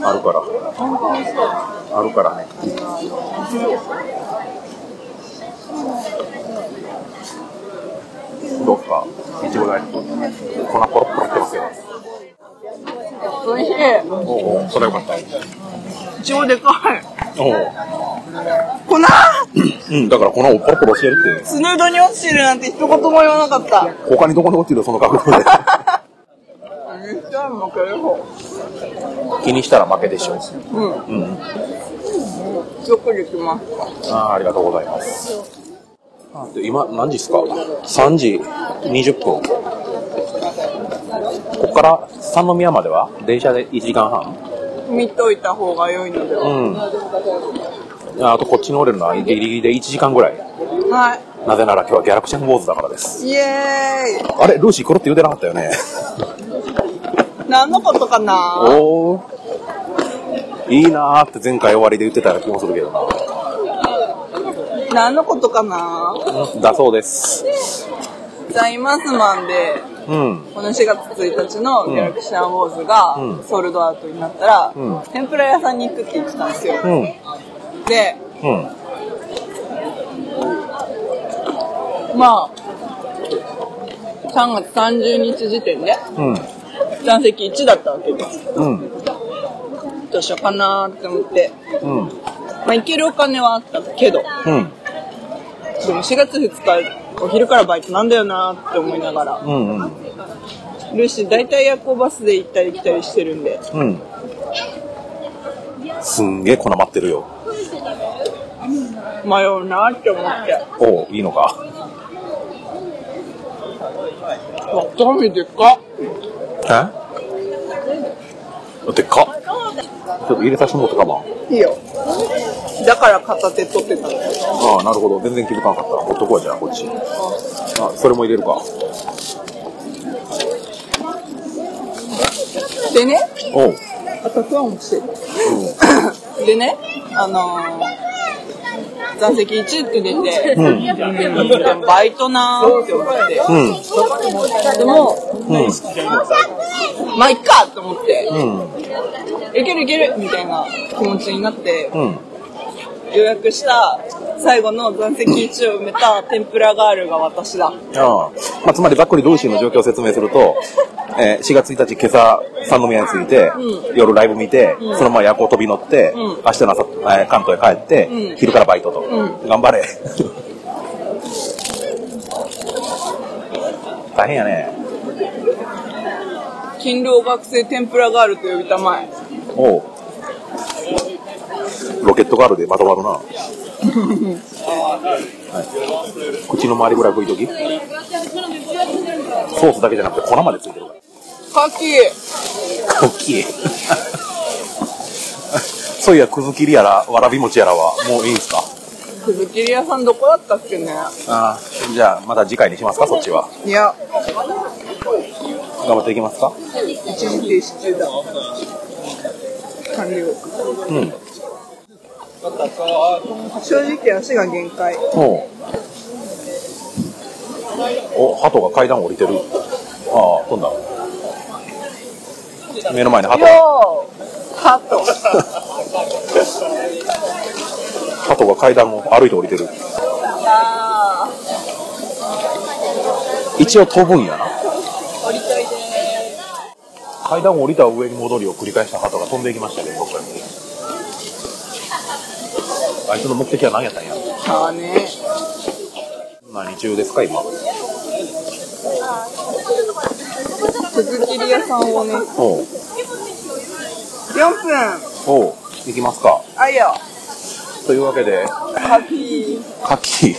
[SPEAKER 2] あるから。
[SPEAKER 7] 本当にそう。
[SPEAKER 2] あるからね。どうっすかいちご大福。粉ポロッポロってますよ。
[SPEAKER 1] おいしい。
[SPEAKER 2] おうおう、それはよかった。
[SPEAKER 1] いちごでかい。
[SPEAKER 2] おう
[SPEAKER 1] 粉
[SPEAKER 2] うん、だから粉をポロポロしてるって。
[SPEAKER 1] スヌードに落ちてるなんて一言も言わなかった。
[SPEAKER 2] 他にどこに落ちてるその角度で。
[SPEAKER 1] めっちゃ負ける方。
[SPEAKER 2] [LAUGHS] 気にしたら負けでしょ。
[SPEAKER 1] うん。
[SPEAKER 2] うん。
[SPEAKER 1] よくできます。
[SPEAKER 2] あーありがとうございます。あで今何時ですか ?3 時20分。ここから三宮までは電車で1時間半。
[SPEAKER 1] 見といた方が良いのでは。
[SPEAKER 2] うん。あとこっちに降りるのはギリギリで1時間ぐらい。
[SPEAKER 1] は
[SPEAKER 2] なぜなら今日はギャラクシャンウォーズだからです。
[SPEAKER 1] い。イエー
[SPEAKER 2] あれルーシーこれって言うてなかったよね。
[SPEAKER 1] イ。何のことかな
[SPEAKER 2] [LAUGHS] おお。いいなーって前回終わりで言ってたような気もするけどな。
[SPEAKER 1] 何のことかな
[SPEAKER 2] うんだそうです。
[SPEAKER 1] じゃあ、イマスマンで、
[SPEAKER 2] うん。
[SPEAKER 1] この4月1日のギャラクシアンウォーズが
[SPEAKER 2] うん
[SPEAKER 1] ソールドアウトになったら、
[SPEAKER 2] うん
[SPEAKER 1] 天ぷら屋さんに行くって言ってたんですよ。
[SPEAKER 2] うん。
[SPEAKER 1] で、
[SPEAKER 2] うん。
[SPEAKER 1] まあ、3月30日時点で、
[SPEAKER 2] うん。
[SPEAKER 1] 残席1だったわけです。
[SPEAKER 2] うん。
[SPEAKER 1] どうしようかなーって思って。
[SPEAKER 2] うん。
[SPEAKER 1] まあ、行けるお金はあったけど、
[SPEAKER 2] うん。
[SPEAKER 1] でも4月2日、お昼からバイトなんだよなーって思いながら。
[SPEAKER 2] うんうん。
[SPEAKER 1] ルーシー、大体夜行バスで行ったり来たりしてるんで、
[SPEAKER 2] うん。すんげえ粉まってるよ。
[SPEAKER 8] 迷うなって思って。
[SPEAKER 2] おう、いいのか。
[SPEAKER 8] わっとみでっか。
[SPEAKER 2] えでっか。ちょっと入れさせてもらってかま。
[SPEAKER 8] いいよ。だから片手取ってたの。
[SPEAKER 2] ああ、なるほど。全然気づかなかった。ほっとこうじゃあ、こっち。あ、それも入れるか。
[SPEAKER 8] でね、
[SPEAKER 2] おう。
[SPEAKER 8] 私は面白い。でね、あのー、座席1って出て、うんバイトなーって思って、
[SPEAKER 2] うん。
[SPEAKER 8] でも、
[SPEAKER 2] うん。
[SPEAKER 8] まあ、いっかと思って、
[SPEAKER 2] うん。
[SPEAKER 8] いけるいけるみたいな気持ちになって、
[SPEAKER 2] うん。
[SPEAKER 8] 予約した最後の残席1を埋めた天ぷらガールが私だ。
[SPEAKER 2] ああまあ、つまりざっくりルーシーの状況を説明すると、えー4月1日今朝三宮に着いて、夜ライブ見て、そのまま夜行飛び乗って、
[SPEAKER 8] ん
[SPEAKER 2] 明日の朝、えー関東へ帰って、
[SPEAKER 8] うん
[SPEAKER 2] 昼からバイトと、頑
[SPEAKER 8] [LAUGHS]
[SPEAKER 2] 張れ大変やね
[SPEAKER 8] 勤労学生天ぷらガールと呼びたまえ。
[SPEAKER 2] おうロケットガールでまとまるなはい口の周りぐらい食いときソースだけじゃなくて粉までついてるから
[SPEAKER 8] カキ
[SPEAKER 2] 大きい。そういや、くず切りやら、わらび餅やらは、もういいんすか
[SPEAKER 8] くず切り屋さんどこだったっけね
[SPEAKER 2] ああ、じゃあ、また次回にしますか、そっちは。
[SPEAKER 8] いや、
[SPEAKER 2] 頑張っていきますか
[SPEAKER 8] 一時停止中だ。完了。
[SPEAKER 2] うん。
[SPEAKER 8] 正直足が限界。
[SPEAKER 2] おうお、鳩が階段降りてる。ああ、飛んだ。目の前に鳩が、
[SPEAKER 8] よーハト。
[SPEAKER 2] 鳩が階段を歩いて降りてる。
[SPEAKER 8] あ
[SPEAKER 2] 一応飛ぶんやな。階段を降りた上に戻りを繰り返した鳩が飛んでいきましたけど、僕らにあいつの目的は何やったんや。
[SPEAKER 8] ー。さあね。
[SPEAKER 2] 何中ですか、今。
[SPEAKER 8] くず切り屋さんをね、
[SPEAKER 2] おう
[SPEAKER 8] 4分。
[SPEAKER 2] おう行きますか。
[SPEAKER 8] あいよ。
[SPEAKER 2] というわけで、
[SPEAKER 8] カキ
[SPEAKER 2] 柿、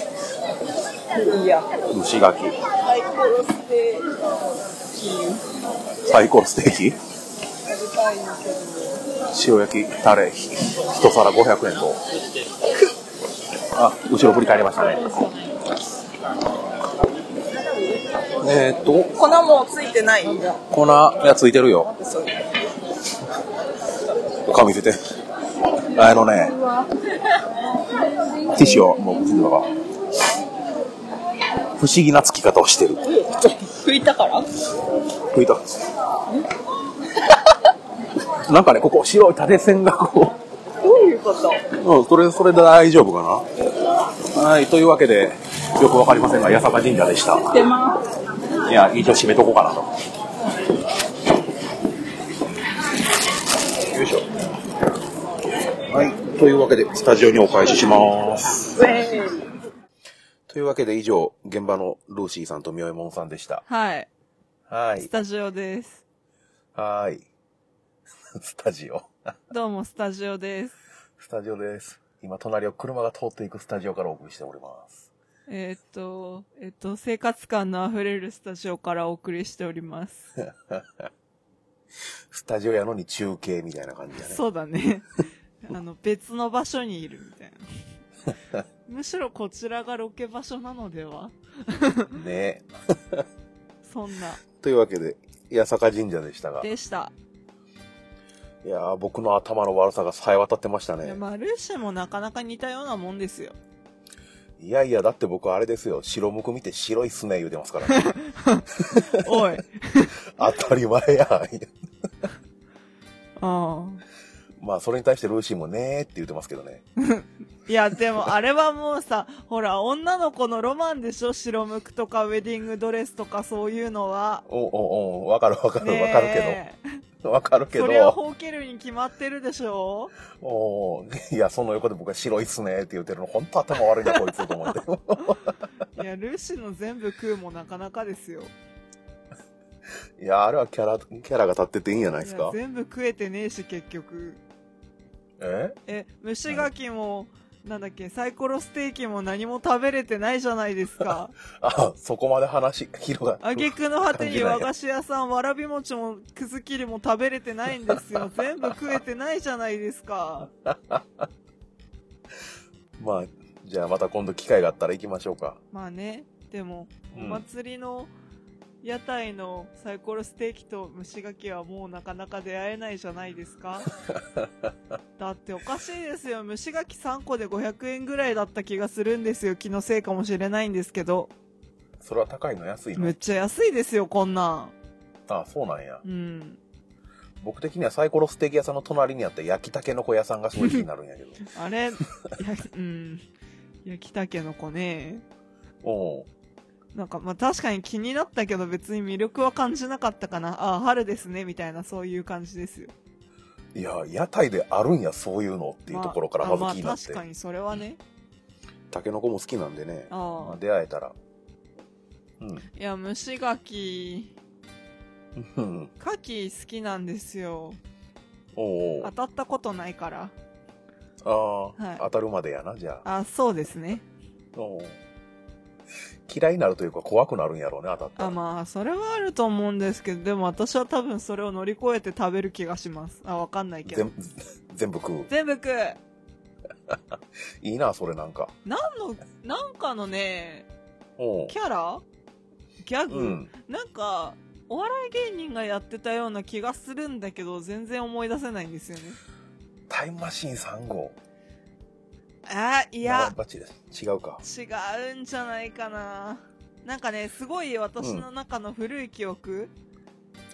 [SPEAKER 8] ー。いや。
[SPEAKER 2] 蒸し柿、
[SPEAKER 8] はい、殺して。
[SPEAKER 2] サイコロステーキ、塩焼き、タレ、ひ一皿500円と。あ、後ろ振り返りましたね。えーっと、
[SPEAKER 8] 粉もうついてない
[SPEAKER 2] 粉、いや、ついてるよ。顔見せて。あのね、ティッシュをもう、のが不思議なつき方をしてる。
[SPEAKER 8] 拭いたから
[SPEAKER 2] 拭いた。なんかね、ここ白い縦線がこ
[SPEAKER 8] どういうこと
[SPEAKER 2] う、うん、それ、それで大丈夫かな。はい、というわけで、よくわかりませんが、八坂神社でした。
[SPEAKER 8] 手間。
[SPEAKER 2] いや、一応締めとこうかなと。よいしょ。はい、というわけで、スタジオにお返しします。
[SPEAKER 8] ウェイ。
[SPEAKER 2] というわけで、以上、現場のルーシーさんとミョエモンさんでした。
[SPEAKER 1] はい。
[SPEAKER 2] は
[SPEAKER 1] ス
[SPEAKER 2] い。
[SPEAKER 1] タジオです。
[SPEAKER 2] はーい。 [LAUGHS] スタジオ。
[SPEAKER 1] どうも、スタジオです。
[SPEAKER 2] スタジオです。今、隣を車が通っていくスタジオからお送りしております。
[SPEAKER 1] えーっと、えーっと、生活感のあふれるスタジオからお送りしております。
[SPEAKER 2] スタジオやのに中継みたいな感じだね。
[SPEAKER 1] そうだね。 [LAUGHS] あの、別の場所にいるみたいな。
[SPEAKER 8] [LAUGHS]
[SPEAKER 1] むしろこちらがロケ場所なのでは
[SPEAKER 2] ね
[SPEAKER 1] そんな、
[SPEAKER 2] というわけで、八坂神社でしたが。
[SPEAKER 1] でした。
[SPEAKER 2] いやー、僕の頭の悪さが冴え渡ってました
[SPEAKER 1] いや
[SPEAKER 2] ね。
[SPEAKER 1] まあ、ルーシェもなかなか似たようなもんですよ。
[SPEAKER 2] いやいや、だって僕あれですよ。白むく見て白いっすね言うてますから [LAUGHS] ね。
[SPEAKER 1] お
[SPEAKER 2] [LAUGHS]
[SPEAKER 1] い。
[SPEAKER 2] 当たり前や。
[SPEAKER 1] ああ。
[SPEAKER 2] まあ、それに対してルーシーもねーって言ってますけどね。
[SPEAKER 1] いや、でもあれはもうさ、ほら、女の子のロマンでしょ白むくとかウェディングドレスとかそういうの
[SPEAKER 2] [LAUGHS]
[SPEAKER 1] は。
[SPEAKER 2] おおおわかるわかる
[SPEAKER 1] ねえ
[SPEAKER 2] わかるけど。わかるけ
[SPEAKER 1] それは
[SPEAKER 2] ど。
[SPEAKER 1] ほうけるに決まってるでし
[SPEAKER 2] [LAUGHS]
[SPEAKER 1] ょ
[SPEAKER 2] おおいや、その横で僕が白いっすねって言ってるの、本当頭悪いな、こいつと思って。
[SPEAKER 1] いや、ルーシーの全部食うもなかなかですよ。
[SPEAKER 2] いや、あれはキャラ、キャラが立ってていいんじゃないです
[SPEAKER 1] いや
[SPEAKER 2] か。
[SPEAKER 1] 全部食えてねえし、結局。
[SPEAKER 2] え
[SPEAKER 1] え、
[SPEAKER 2] [LAUGHS]
[SPEAKER 1] 蒸し牡蠣も、なんだっけ、サイコロステーキも何も食べれてないじゃないですか。
[SPEAKER 2] あ、そこまで話、 [LAUGHS] 広が
[SPEAKER 1] 挙句の果てに和菓子屋さん、わらび餅も、くずきりも食べれてないんです
[SPEAKER 2] [LAUGHS]
[SPEAKER 1] よ。全部食えてないじゃないですか。
[SPEAKER 2] まあ、じゃあまた今度機会があったら行きましょうか。
[SPEAKER 1] まあね、でも、お
[SPEAKER 2] うん
[SPEAKER 1] 祭りの屋台のサイコロステーキと蒸し牡蠣はもうなかなか出会えないじゃないです
[SPEAKER 2] [LAUGHS]
[SPEAKER 1] かだっておかしいですよ。蒸し牡蠣3個で500円ぐらいだった気がするんですよ。気のせいかもしれないんですけど。
[SPEAKER 2] それは高いの安い
[SPEAKER 1] め
[SPEAKER 2] の
[SPEAKER 1] っちゃ安いですよ、こんな
[SPEAKER 2] あそうなんや。
[SPEAKER 1] ん。うん。
[SPEAKER 2] 僕的にはサイコロステーキ屋さんの隣にあった焼きたけのこ屋さんがすごい気になるんやけど。
[SPEAKER 1] あれ、やうん。焼きたけのこね。
[SPEAKER 2] [LAUGHS] おう
[SPEAKER 1] なんか、まあ、確かに気になったけど別に魅力は感じなかったかな。ああ、春ですね、みたいな、そういう感じですよ。
[SPEAKER 2] いや、屋台であるんや、そういうのっていうところからまず気になっ
[SPEAKER 1] あまあ、確か
[SPEAKER 2] て。
[SPEAKER 1] にそれはね
[SPEAKER 2] たけのこも好きなんでね。まあ
[SPEAKER 1] ああ
[SPEAKER 2] 出会えたら。うん
[SPEAKER 1] いや蒸し牡蠣
[SPEAKER 2] うん。
[SPEAKER 1] 牡蠣好きなんですよ
[SPEAKER 2] おうおう
[SPEAKER 1] 当たったことないから
[SPEAKER 2] ああ、
[SPEAKER 1] はい
[SPEAKER 2] 当たるまでやな、じゃあ。
[SPEAKER 1] あそうですね
[SPEAKER 2] おう嫌いになるというか怖くなるんやろうね、当たったら。
[SPEAKER 1] あまあそれはあると思うんですけどでも私は多分それを乗り越えて食べる気がしますあわかんないけど
[SPEAKER 2] 全全部食う。
[SPEAKER 1] 全部食う
[SPEAKER 2] いいな、それなんか。
[SPEAKER 1] 何のなんかのね
[SPEAKER 2] おう
[SPEAKER 1] キャラギャグ、
[SPEAKER 2] うん。
[SPEAKER 1] なんかお笑い芸人がやってたような気がするんだけど全然思い出せないんですよね
[SPEAKER 2] タイムマシーン3号。
[SPEAKER 1] あい
[SPEAKER 2] い
[SPEAKER 1] や
[SPEAKER 2] バッチリです。違うか。
[SPEAKER 1] 違うんじゃないかななんかねすごい私の中の古い記憶、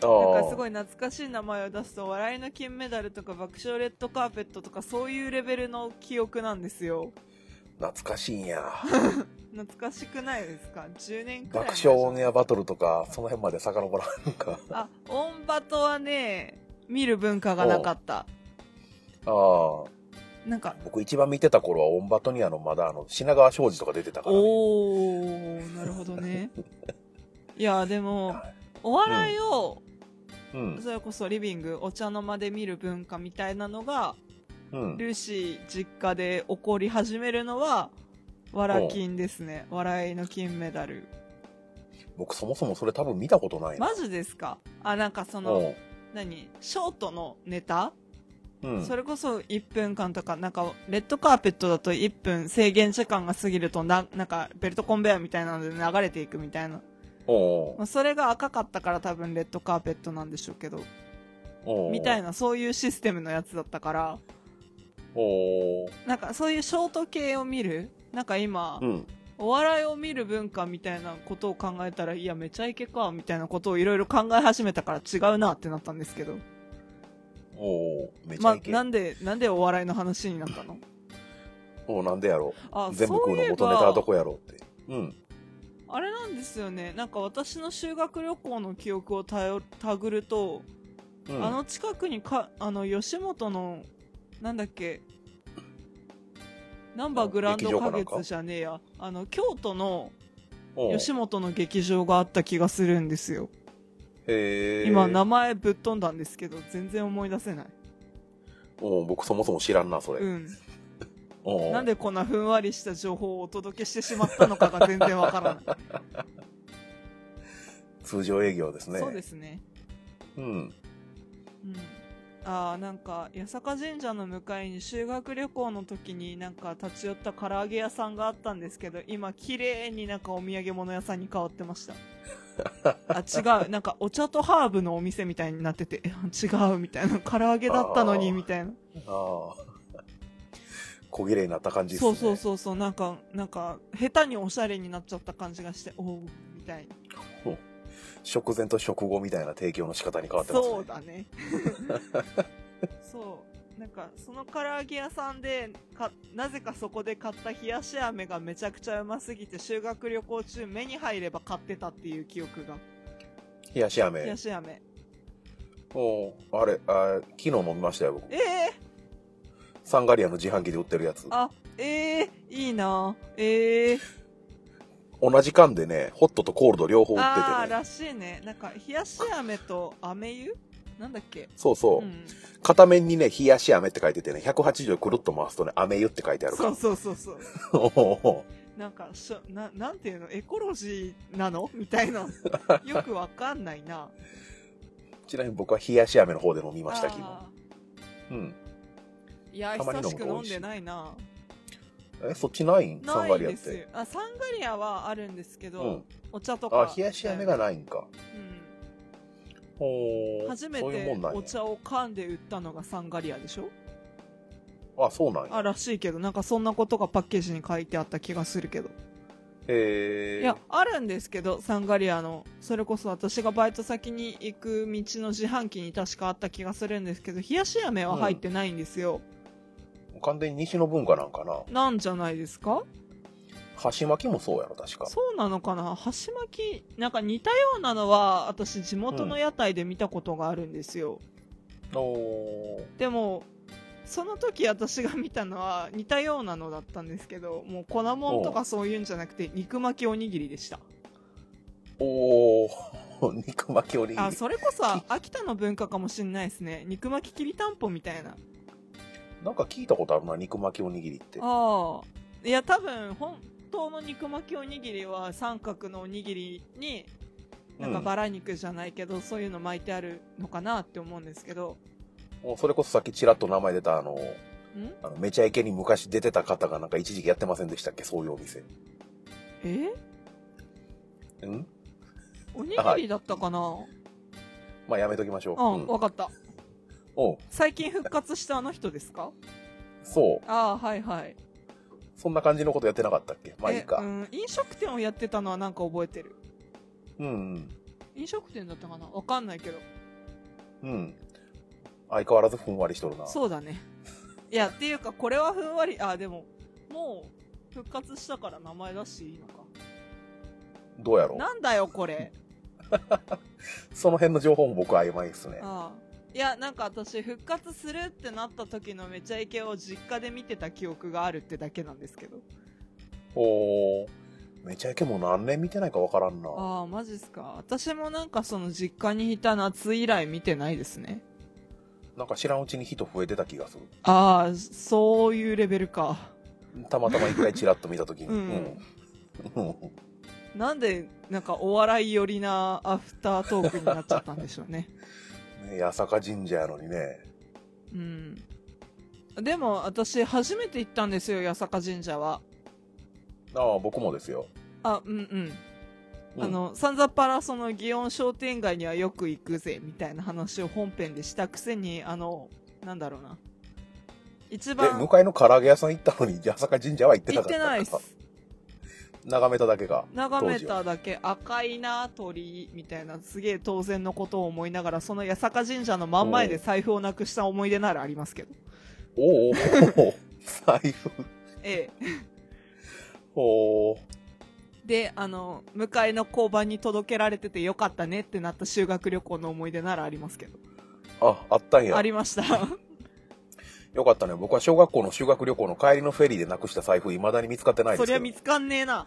[SPEAKER 2] あ
[SPEAKER 1] なんかすご
[SPEAKER 2] い。
[SPEAKER 1] い懐かしい名前を出すと笑いの金メダルとか爆笑レッドカーペットとかそういうレベルの記憶なんですよ
[SPEAKER 2] 懐かしいんや。
[SPEAKER 1] 懐かしくないですか10年くらい
[SPEAKER 2] 爆
[SPEAKER 1] 前
[SPEAKER 2] 笑オンエアバトルとか、その辺まで遡らんか。
[SPEAKER 1] あオンバトはね見る文化がなかった
[SPEAKER 2] ああ。
[SPEAKER 1] なんか
[SPEAKER 2] 僕一番見てた頃はオンバトニアのまだあの、品川庄司とか出てたから、ね。
[SPEAKER 1] おーなるほどねいやでもお笑いを、
[SPEAKER 2] うん。
[SPEAKER 1] それこそリビングお茶の間で見る文化みたいなのが
[SPEAKER 2] うん。
[SPEAKER 1] ルーシー実家で起こり始めるのは、わら金ですね。笑いの金メダル。
[SPEAKER 2] 僕そもそもそれ多分見たことないな。
[SPEAKER 1] マジですかあ、なんかその、
[SPEAKER 2] お
[SPEAKER 1] 何ショートのネタ、
[SPEAKER 2] うん。うん
[SPEAKER 1] それこそ1分間とか、なんか、レッドカーペットだと1分制限時間が過ぎるとな、なんか、ベルトコンベヤーみたいなので流れていくみたいな。
[SPEAKER 2] お
[SPEAKER 1] まあ、それが赤かったから多分レッドカーペットなんでしょうけど、
[SPEAKER 2] お
[SPEAKER 1] みたい
[SPEAKER 2] な。
[SPEAKER 1] な、そういうシステムのやつだったから、
[SPEAKER 2] おー
[SPEAKER 1] なんかそういうショート系を見るなんか今、
[SPEAKER 2] うん。
[SPEAKER 1] お笑いを見る文化みたいなことを考えたら、いや、めちゃイケか、みたいなことをいろいろ考え始めたから違うなってなったんですけど。
[SPEAKER 2] おーめちゃ
[SPEAKER 1] ま
[SPEAKER 2] い
[SPEAKER 1] あ、
[SPEAKER 2] け。
[SPEAKER 1] なんで、なんでお笑いの話になったの
[SPEAKER 2] おうなんでやろ
[SPEAKER 1] あ、
[SPEAKER 2] う。全部
[SPEAKER 1] そ
[SPEAKER 2] 食
[SPEAKER 1] う
[SPEAKER 2] う
[SPEAKER 1] い
[SPEAKER 2] の
[SPEAKER 1] え
[SPEAKER 2] 元ネタはど
[SPEAKER 1] ば、
[SPEAKER 2] こやろうって。うん。
[SPEAKER 1] あれなんですよね。なんか私の修学旅行の記憶をたよたぐると、
[SPEAKER 2] うん、
[SPEAKER 1] あの近くにか、あの、吉本の、なんだっけ、ナンバーグランド花
[SPEAKER 2] 劇場かなんか
[SPEAKER 1] 月じゃねえや。あの、京都の
[SPEAKER 2] おう、
[SPEAKER 1] 吉本の劇場があった気がするんですよ。
[SPEAKER 2] へー
[SPEAKER 1] 今名前ぶっ飛んだんですけど全然思い出せない
[SPEAKER 2] おう僕そもそも知らんな、それ。
[SPEAKER 1] うん
[SPEAKER 2] おう
[SPEAKER 1] なんでこんなふんわりした情報をお届けしてしまったのかが全然わから
[SPEAKER 2] [LAUGHS]
[SPEAKER 1] ない、
[SPEAKER 2] 通常営業ですね。
[SPEAKER 1] そうですね
[SPEAKER 2] うん。
[SPEAKER 1] うんあーなんか八坂神社の向かいに修学旅行の時になんか立ち寄った唐揚げ屋さんがあったんですけど今綺麗になんかお土産物屋さんに変わってましたあ違うなんかお茶とハーブのお店みたいになって [LAUGHS] て違うみたいな唐揚げだったの
[SPEAKER 2] あ
[SPEAKER 1] に
[SPEAKER 2] ー
[SPEAKER 1] みたいな
[SPEAKER 2] ああ。 [LAUGHS] 小綺麗になった感じです
[SPEAKER 1] そ
[SPEAKER 2] ね。
[SPEAKER 1] うそうそうそうなんかなんか下手におしゃれになっちゃった感じがしておおみたいな
[SPEAKER 2] 食前と食後みたいな提供の仕方に変わってますね。
[SPEAKER 1] そうだ
[SPEAKER 2] [LAUGHS]
[SPEAKER 1] ねそうなんかその唐揚げ屋さんでかなぜかそこで買った冷やし飴がめちゃくちゃうますぎて修学旅行中目に入れば買ってたっていう記憶が
[SPEAKER 2] 冷やし
[SPEAKER 1] 冷
[SPEAKER 2] 飴
[SPEAKER 1] や。し飴
[SPEAKER 2] おうあれあ、昨日飲みましたよ、僕
[SPEAKER 1] え。え
[SPEAKER 2] サンガリアの自販機で売ってるやつ。
[SPEAKER 1] あええいいなええ
[SPEAKER 2] 同じ缶でね、ホットとコールド両方売って
[SPEAKER 1] ああ
[SPEAKER 2] てね。
[SPEAKER 1] らしいねなんか冷やし飴と飴湯なんだっけ
[SPEAKER 2] そうそ
[SPEAKER 1] う
[SPEAKER 2] う、
[SPEAKER 1] ん
[SPEAKER 2] 片面にね冷やし飴って書いててね180度くるっと回すとね飴湯って書いてあるか
[SPEAKER 1] そ
[SPEAKER 2] ら
[SPEAKER 1] うそうそうそう
[SPEAKER 2] お
[SPEAKER 1] なんかしょななんていうのエコロジーなのみたい
[SPEAKER 2] [LAUGHS]
[SPEAKER 1] なよくわかんないな
[SPEAKER 2] ー [LAUGHS] ちなみに僕は冷やし飴の方で飲みました昨日
[SPEAKER 1] あ
[SPEAKER 2] うん
[SPEAKER 1] ーいや
[SPEAKER 2] たまに飲
[SPEAKER 1] 久
[SPEAKER 2] む
[SPEAKER 1] しく
[SPEAKER 2] と美
[SPEAKER 1] 飲ん
[SPEAKER 2] 味しい
[SPEAKER 1] でないな
[SPEAKER 2] えそっちないんサ
[SPEAKER 1] な
[SPEAKER 2] ンガ
[SPEAKER 1] い
[SPEAKER 2] リアっ
[SPEAKER 1] ですよ
[SPEAKER 2] て
[SPEAKER 1] あサンガリアはあるんですけど、
[SPEAKER 2] うん
[SPEAKER 1] お茶とか
[SPEAKER 2] あ冷やし飴がないんか
[SPEAKER 1] うん
[SPEAKER 2] ほー
[SPEAKER 1] 初め
[SPEAKER 2] そういうも
[SPEAKER 1] て
[SPEAKER 2] んなんや
[SPEAKER 1] お茶を噛んで売ったのがサンガリアでしょ
[SPEAKER 2] あそうなんや
[SPEAKER 1] あらしいけどなんかそんなことがパッケージに書いてあった気がするけど
[SPEAKER 2] へえ
[SPEAKER 1] いやあるんですけどサンガリアのそれこそ私がバイト先に行く道の自販機に確かあった気がするんですけど冷やし飴は入ってないんですよ、
[SPEAKER 2] 完全に西の文化なんかな
[SPEAKER 1] なんじゃないですか
[SPEAKER 2] 箸巻きもそうやろ確か
[SPEAKER 1] そうなのかな箸巻きなんか似たようなのは私地元の屋台で見たことがあるんですよ、
[SPEAKER 2] おー
[SPEAKER 1] でもその時私が見たのは似たようなのだったんですけどもう粉もんとかそういうんじゃなくて肉巻きおにぎりでした
[SPEAKER 2] おー [LAUGHS] 肉巻きおにぎり
[SPEAKER 1] あそれこそ秋田の文化かもしれないですね肉巻ききりたんぽみたいな
[SPEAKER 2] なんか聞いたことあるな肉巻きおにぎりって
[SPEAKER 1] ああいや多分本当の肉巻きおにぎりは三角のおにぎりになんか
[SPEAKER 2] うん
[SPEAKER 1] バラ肉じゃないけど、そういうの巻いてあるのかなって思うんですけど
[SPEAKER 2] もうそれこそさっきちらっと名前出たあの
[SPEAKER 1] ん
[SPEAKER 2] あのめちゃイケに昔出てた方がなんか一時期やってませんでしたっけそういうお店
[SPEAKER 1] え
[SPEAKER 2] うん
[SPEAKER 1] おにぎりだったかな、
[SPEAKER 2] まあやめときましょう
[SPEAKER 1] あ、
[SPEAKER 2] うん
[SPEAKER 1] わかった
[SPEAKER 2] おう
[SPEAKER 1] 最近復活したあの人ですか
[SPEAKER 2] そう
[SPEAKER 1] ああはいはい
[SPEAKER 2] そんな感じのことやってなかったっけまあいい
[SPEAKER 1] えう
[SPEAKER 2] か
[SPEAKER 1] ん、飲食店をやってたのはなんか覚えてる
[SPEAKER 2] うんうん
[SPEAKER 1] 飲食店だったかなわかんないけど
[SPEAKER 2] うん相変わらずふんわりしとるな
[SPEAKER 1] そうだねいやっていうかこれはふんわりあでももう復活したから名前出していいのか
[SPEAKER 2] どうやろう
[SPEAKER 1] なんだよこれ
[SPEAKER 2] その辺の情報も僕曖昧ですね
[SPEAKER 1] ああいやなんか私復活するってなった時のめちゃイケを実家で見てた記憶があるってだけなんですけど
[SPEAKER 2] おーめちゃイケもう何年見てないかわからんな
[SPEAKER 1] ああマジっすか私もなんかその実家にいた夏以来見てないですね
[SPEAKER 2] なんか知らんうちに人増えてた気がする
[SPEAKER 1] ああそういうレベルか
[SPEAKER 2] たまたま一回チラッと見た時
[SPEAKER 1] [LAUGHS]
[SPEAKER 2] に
[SPEAKER 1] うん
[SPEAKER 2] うんうん
[SPEAKER 1] なんでなんかお笑い寄りなアフタートークになっちゃったんでしょう
[SPEAKER 2] [LAUGHS]
[SPEAKER 1] ね
[SPEAKER 2] ね八坂神社やのにね
[SPEAKER 1] うんでも私初めて行ったんですよ八坂神社は
[SPEAKER 2] ああ僕もですよ、
[SPEAKER 1] あうんうん
[SPEAKER 2] うん
[SPEAKER 1] あの、さんざっぱらその祇園商店街にはよく行くぜ、みたいな話を本編でしたくせに、あの、なんだろうな。一
[SPEAKER 2] で
[SPEAKER 1] 番
[SPEAKER 2] 向
[SPEAKER 1] 行
[SPEAKER 2] かいの唐揚げ屋さん行ったのに八坂神社は行ってな
[SPEAKER 1] っ
[SPEAKER 2] かった
[SPEAKER 1] てないっす。
[SPEAKER 2] 眺めただけか
[SPEAKER 1] 眺め
[SPEAKER 2] 当時は
[SPEAKER 1] ただけ赤いな鳥居みたいなすげえ当然のことを思いながらその八坂神社の真ん前で財布をなくした思い出ならありますけど
[SPEAKER 2] おうおうおう財布
[SPEAKER 1] ええ
[SPEAKER 2] おう
[SPEAKER 1] であの向かいの交番に届けられててよかったねってなった修学旅行の思い出ならありますけど
[SPEAKER 2] ああったんや
[SPEAKER 1] ありました
[SPEAKER 2] よかったね僕は小学校の修学旅行の帰りのフェリーでなくした財布いまだに見つかってないで
[SPEAKER 1] そ
[SPEAKER 2] す
[SPEAKER 1] り
[SPEAKER 2] け
[SPEAKER 1] ゃ
[SPEAKER 2] ど
[SPEAKER 1] 見つかんねえな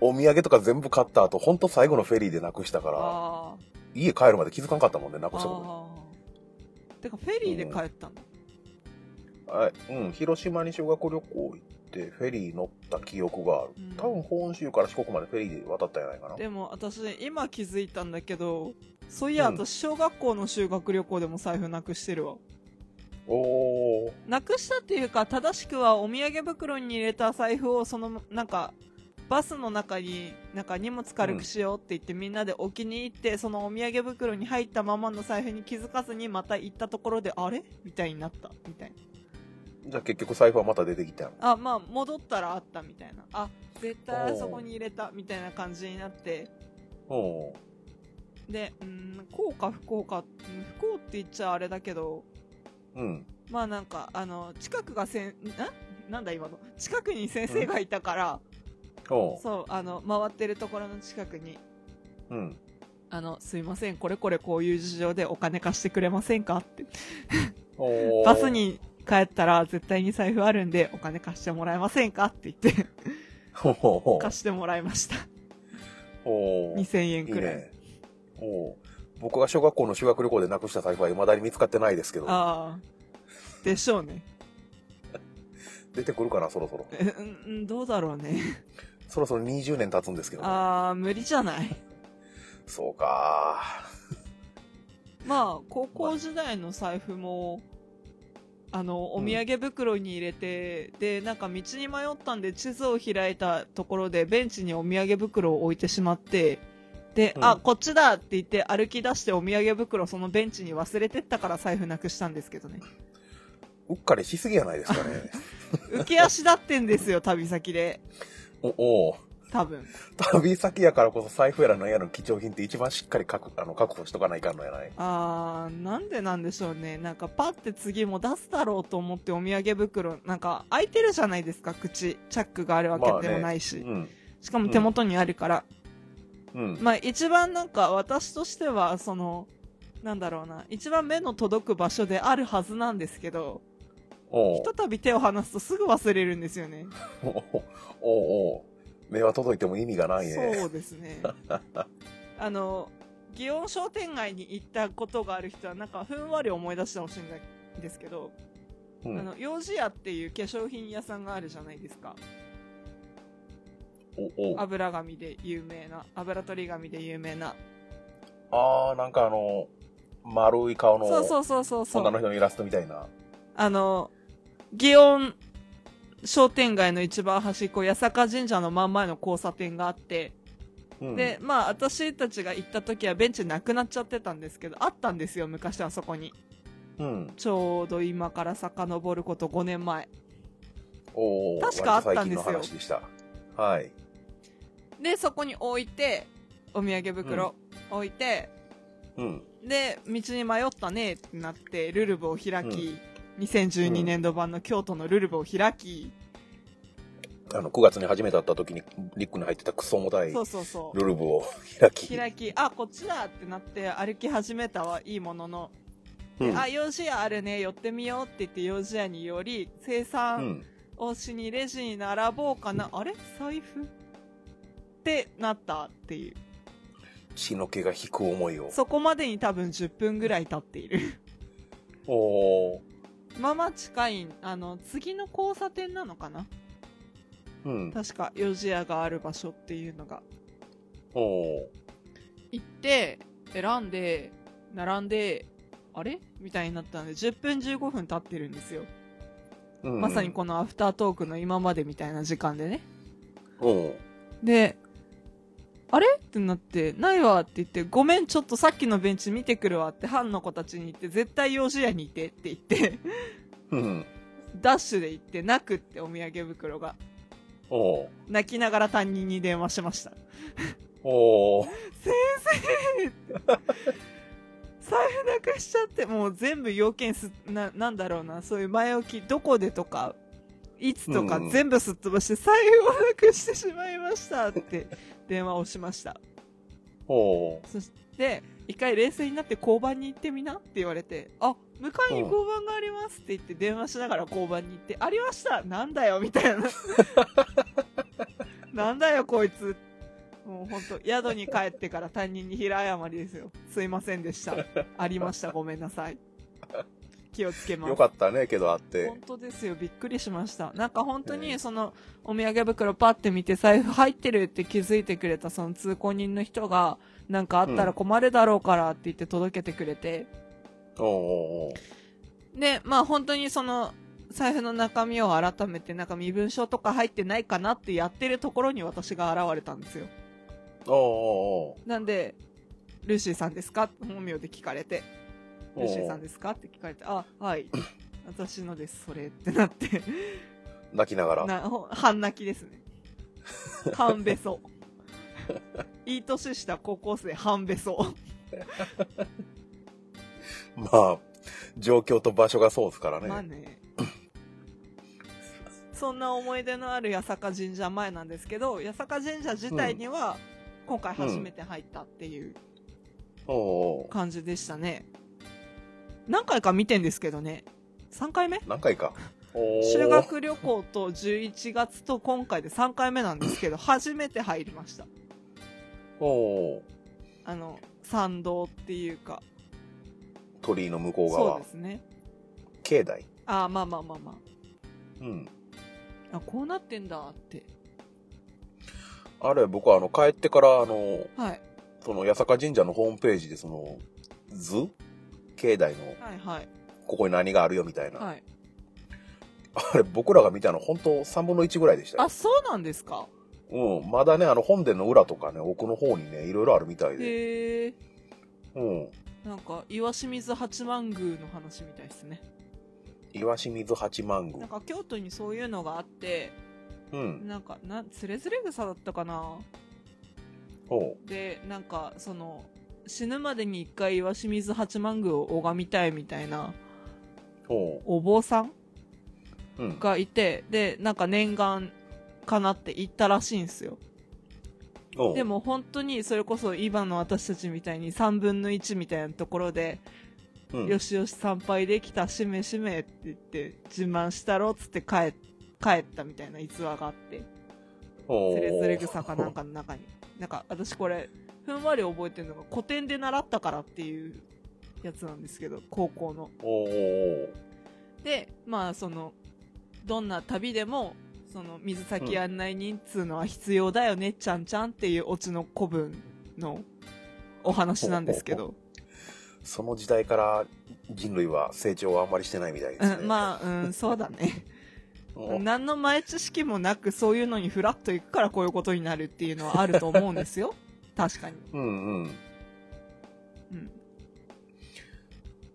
[SPEAKER 2] お土産とか全部買った後ほんと最後のフェリーでなくしたから
[SPEAKER 1] ああ
[SPEAKER 2] 家帰るまで気づかんかったもんねなくしたこ
[SPEAKER 1] ああ。てか、フェリーで帰ったんだ。
[SPEAKER 2] とあうん広島に修学旅行行ってフェリー乗った記憶がある
[SPEAKER 1] うん
[SPEAKER 2] 多分本州から四国までフェリーで渡ったんじゃないかな
[SPEAKER 1] でも、私、今気づいたんだけど、そういや、
[SPEAKER 2] うん
[SPEAKER 1] 私、小学校の修学旅行でも財布なくしてるわ。
[SPEAKER 2] おお
[SPEAKER 1] なくしたっていうか、正しくはお土産袋に入れた財布を、その、なんか、バスの中に、なんか荷物軽くしようって言って、みんなで置きに行って、そのお土産袋に入ったままの財布に気づかずに、また行ったところで、あれみたいになった。みたい
[SPEAKER 2] じゃあ結局財布はまた出てきたん
[SPEAKER 1] な。あ、まあ、戻ったらあったみたいな。あ、絶対あそこに入れた、みたいな感じになって、
[SPEAKER 2] うん
[SPEAKER 1] で、うん、こうか不幸か、うん不幸って言っちゃあれだけど、
[SPEAKER 2] うん
[SPEAKER 1] まあなんか、あの、近くがせん、んなんだ今の。近くに先生がいたから、
[SPEAKER 2] うん
[SPEAKER 1] そう、あの、回ってるところの近くに、
[SPEAKER 2] うん
[SPEAKER 1] あの、すいません、これこれこういう事情でお金貸してくれませんかって。
[SPEAKER 2] おー
[SPEAKER 1] バスに帰ったら絶対に財布あるんでお金貸してもらえませんかって言って、
[SPEAKER 2] ほほほ
[SPEAKER 1] 貸してもらいました。
[SPEAKER 2] おー
[SPEAKER 1] 2000円
[SPEAKER 2] いい
[SPEAKER 1] くらい。
[SPEAKER 2] ねおー僕が小学校の修学旅行でなくした財布は未だに見つかってないですけど、
[SPEAKER 1] ああ。でしょうね。
[SPEAKER 2] 出てくるかな、そろそろ。
[SPEAKER 1] えうんうん、どうだろうね。
[SPEAKER 2] そろそろ20年経つんですけど、
[SPEAKER 1] ああ、無理じゃない。
[SPEAKER 2] そうか。
[SPEAKER 1] まあ、高校時代の財布も、あの、お土産袋に入れて、で、なんか道に迷ったんで地図を開いたところでベンチにお土産袋を置いてしまって、で、
[SPEAKER 2] うん
[SPEAKER 1] あ、こっちだって言って歩き出してお土産袋そのベンチに忘れてったから財布なくしたんですけどね。
[SPEAKER 2] うっかりしすぎやないですかね。
[SPEAKER 1] 浮き足立ってんですよ、旅先で。
[SPEAKER 2] [LAUGHS] おおう
[SPEAKER 1] 多分。
[SPEAKER 2] 旅先やからこそ財布やら何やらの貴重品って一番しっかり確あの確保しとかないかんのやない。
[SPEAKER 1] あー、なんでなんでしょうね。なんかパって次も出すだろうと思ってお土産袋、なんか開いてるじゃないですか、口。チャックがあるわけでもないし。
[SPEAKER 2] うん。
[SPEAKER 1] しかも手元にあるから。
[SPEAKER 2] うん。
[SPEAKER 1] まあ一番なんか私としては、その、なんだろうな、一番目の届く場所であるはずなんですけど、
[SPEAKER 2] お
[SPEAKER 1] ひ
[SPEAKER 2] う
[SPEAKER 1] とたび手を離すとすぐ忘れるんですよね。
[SPEAKER 2] おうおうおう目は届いても意味がないね。
[SPEAKER 1] そうです
[SPEAKER 2] [LAUGHS]
[SPEAKER 1] ね。あの、祇園商店街に行ったことがある人はなんかふんわり思い出してほしいんだですけど、
[SPEAKER 2] う
[SPEAKER 1] あ
[SPEAKER 2] ん。
[SPEAKER 1] の、幼児屋っていう化粧品屋さんがあるじゃないですか。
[SPEAKER 2] おうおう
[SPEAKER 1] 油紙で有名な、油取り紙で有名な。
[SPEAKER 2] あー、なんかあの、丸い顔の
[SPEAKER 1] そうそうそうそうそう。
[SPEAKER 2] 女の人のイラストみたいな。
[SPEAKER 1] あの、祇園商店街の一番端っこ、八坂神社の真ん前の交差点があって、
[SPEAKER 2] うん、
[SPEAKER 1] で、まあ私たちが行った時はベンチなくなっちゃってたんですけど、あったんですよ、昔はそこに。
[SPEAKER 2] うん。
[SPEAKER 1] ちょうど今から遡ること5年前。
[SPEAKER 2] おうおう
[SPEAKER 1] 確かあったんですよ
[SPEAKER 2] 割と最近の話でした。はい。
[SPEAKER 1] で、そこに置いて、お土産袋置いて、
[SPEAKER 2] うん。
[SPEAKER 1] で、道に迷ったねってなって、ルルブを開き、2012年度版の京都のルルブを開き、
[SPEAKER 2] あの、9月に初めて会った時にリュックに入ってたクソ重たい
[SPEAKER 1] そうそうそう。
[SPEAKER 2] ルルブを開き。
[SPEAKER 1] 開き、あ、こっちだってなって歩き始めたはいいものの、
[SPEAKER 2] う
[SPEAKER 1] で
[SPEAKER 2] ん
[SPEAKER 1] あ、幼児屋あるね、寄ってみようって言って幼児屋に寄り、生
[SPEAKER 2] う
[SPEAKER 1] 産
[SPEAKER 2] ん。
[SPEAKER 1] をしにレジに並ぼうかな、あれ財布ってなったっていう。
[SPEAKER 2] 血の気が引く思いを。
[SPEAKER 1] そこまでに多分10分ぐらい経っている。 [LAUGHS]
[SPEAKER 2] おお
[SPEAKER 1] まあまあ近い、あの、次の交差点なのかな
[SPEAKER 2] ー。うん。
[SPEAKER 1] 確か幼児屋がある場所っていうのが。
[SPEAKER 2] おお
[SPEAKER 1] 行って、選んで、並んで、あれみたいになったんで、10分15分経ってるんですよ。
[SPEAKER 2] ー。うん
[SPEAKER 1] まさにこのアフタートークの今までみたいな時間でね。
[SPEAKER 2] おお。
[SPEAKER 1] で、あれってなって、ないわって言って、ごめん、ちょっとさっきのベンチ見てくるわって、班の子たちに言って、絶対幼児屋にいてって言って、 [LAUGHS]
[SPEAKER 2] うん。
[SPEAKER 1] ダッシュで行って、なくってお土産袋が。
[SPEAKER 2] おお
[SPEAKER 1] 泣きながら担任に電話しました。
[SPEAKER 2] ー。おお。
[SPEAKER 1] 財布なくしちゃって、もう全部要件す、な、なんだろうな、そういう前置き、どこでとか、いつとか
[SPEAKER 2] うん
[SPEAKER 1] 全部すっ飛ばして、財布をなくしてしまいましたって電話をしました。
[SPEAKER 2] お
[SPEAKER 1] [LAUGHS]
[SPEAKER 2] お。
[SPEAKER 1] そして、一回冷静になって交番に行ってみなって言われて、あ、向かいに交番がありますって言って電話しながら交番に行って、ありましたなんだよみたいな。 [LAUGHS] なんだよこいつ。もうほんと、宿に帰ってから担任に平謝りですよ。すいませんでした。ありました。ごめんなさい。気をつけます。
[SPEAKER 2] よかったね、けどあって
[SPEAKER 1] 本。当ですよびっくりしましたなんか本当にそのお土産袋パって見て財布入ってるって気づいてくれたその通行人の人がなんかあったら困るだろうからって言って届けてくれて、
[SPEAKER 2] おおおー。
[SPEAKER 1] でまあ本当にその財布の中身を改めてなんか身分証とか入ってないかなってやってるところに私が現れたんですよ
[SPEAKER 2] おお
[SPEAKER 1] なんでルーシーさんですか本名で聞かれて
[SPEAKER 2] ーお
[SPEAKER 1] ルーシーさん
[SPEAKER 2] ー
[SPEAKER 1] ですかって聞かれてあはい私のですそれってなって
[SPEAKER 2] 泣きながら。
[SPEAKER 1] なほ半泣きですね。半べそ。いい年した高校生半べそ。
[SPEAKER 2] まあ、状況と場所がそうですから
[SPEAKER 1] まあ
[SPEAKER 2] ね。
[SPEAKER 1] ね。そんな思い出のある八坂神社前なんですけど、八坂神社自体には今回初めて入ったっていう
[SPEAKER 2] おおー。
[SPEAKER 1] 感じでしたね。何回か見てんですけどね。3回目
[SPEAKER 2] 何回か。おお。
[SPEAKER 1] 修学旅行と11月と今回で3回目なんですけど、初めて入りました。
[SPEAKER 2] おお。
[SPEAKER 1] あの、参道っていうか
[SPEAKER 2] 鳥居の向こう
[SPEAKER 1] そう
[SPEAKER 2] 側
[SPEAKER 1] ですね
[SPEAKER 2] 境内
[SPEAKER 1] ああまあまあまあま
[SPEAKER 2] うん
[SPEAKER 1] ああこうなってんだって
[SPEAKER 2] あれ僕はあの帰ってからあの
[SPEAKER 1] はい
[SPEAKER 2] その八坂神社のホームページでその図境内の
[SPEAKER 1] はいはい
[SPEAKER 2] ここに何があるよみたいな、
[SPEAKER 1] はい
[SPEAKER 2] [LAUGHS] あれ僕らが見たの本当3分の1ぐらいでしたよ
[SPEAKER 1] あそうなんですか
[SPEAKER 2] うん、まだねあの本殿の裏とかね奥の方にねいろいろあるみたいで、
[SPEAKER 1] へえ
[SPEAKER 2] うん、
[SPEAKER 1] なんか岩清水八幡宮の話みたいですね
[SPEAKER 2] 岩清水八幡
[SPEAKER 1] な
[SPEAKER 2] 宮
[SPEAKER 1] んか京都にそういうのがあって
[SPEAKER 2] うん
[SPEAKER 1] なんかなつれづれ草だったかな
[SPEAKER 2] ほ
[SPEAKER 1] でなんかその死ぬまでに一回岩清水八幡宮を拝みたいみたいな
[SPEAKER 2] うほ
[SPEAKER 1] お坊さん
[SPEAKER 2] ううん
[SPEAKER 1] がいてでなんか念願かなって行ったらしいんですよ
[SPEAKER 2] ほう
[SPEAKER 1] でも本当にそれこそ今の私たちみたいに3分の1みたいなところで、
[SPEAKER 2] うん
[SPEAKER 1] よしよし参拝できたしめしめって言って自慢したろっつって帰帰ったみたいな逸話があって
[SPEAKER 2] ほう
[SPEAKER 1] つれづれ草かなんかの中になんか私これふんわり覚えてるのが古典で習ったからっていうやつなんですけど高校の
[SPEAKER 2] ほうほう
[SPEAKER 1] でまあそのどんな旅でもその水先案内人っつうのは必要だよね、ちゃんちゃんっていうオチの古文のお話なんですけど、
[SPEAKER 2] その時代から人類は成長はあんまりしてないみたいですね、
[SPEAKER 1] うんまあうんそうだね
[SPEAKER 2] ほう
[SPEAKER 1] 何の前知識もなくそういうのにフラッと行くからこういうことになるっていうのはあると思うんです
[SPEAKER 2] [LAUGHS]
[SPEAKER 1] よ確かに、
[SPEAKER 2] うんうん
[SPEAKER 1] うん、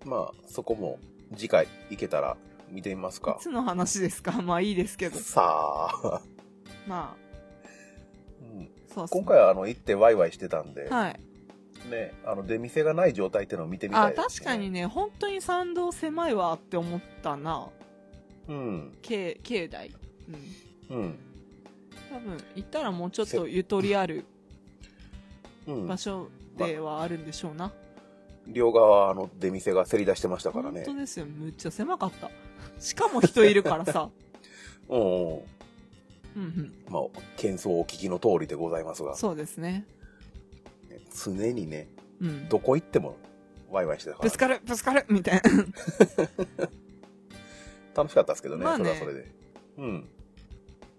[SPEAKER 2] まあそこも次回行けたら見てみます
[SPEAKER 1] い
[SPEAKER 2] か
[SPEAKER 1] つの話ですかまあいいですけど
[SPEAKER 2] さ
[SPEAKER 1] [LAUGHS]
[SPEAKER 2] あ、
[SPEAKER 1] まあ
[SPEAKER 2] うん
[SPEAKER 1] そうっすね
[SPEAKER 2] 今回はあの行ってワイワイしてたんで、
[SPEAKER 1] はい
[SPEAKER 2] ねあの出店がない状態っていうのを見てみた
[SPEAKER 1] あ
[SPEAKER 2] いです、ね、
[SPEAKER 1] 確かにね本当に参道狭いわって思ったな
[SPEAKER 2] うん
[SPEAKER 1] 境境内うん
[SPEAKER 2] うん
[SPEAKER 1] 多分行ったらもうちょっとゆとりある
[SPEAKER 2] うん
[SPEAKER 1] 場所ではあるんでしょうな、
[SPEAKER 2] 両側の出店がせり出してましたから
[SPEAKER 1] 本
[SPEAKER 2] ね
[SPEAKER 1] 当。ですよむっちゃ狭かったしかも人いるから
[SPEAKER 2] [LAUGHS]
[SPEAKER 1] さ
[SPEAKER 2] うんうん。
[SPEAKER 1] うんうん
[SPEAKER 2] まあ、喧騒をお聞きの通りでございますが、
[SPEAKER 1] そうですね
[SPEAKER 2] 常にね、
[SPEAKER 1] うん
[SPEAKER 2] どこ行ってもワイワイしてたか
[SPEAKER 1] ぶ
[SPEAKER 2] ら
[SPEAKER 1] つ、かるぶつかるみたいな
[SPEAKER 2] 楽しかったですけどね、
[SPEAKER 1] まあね
[SPEAKER 2] それはそれで。うん。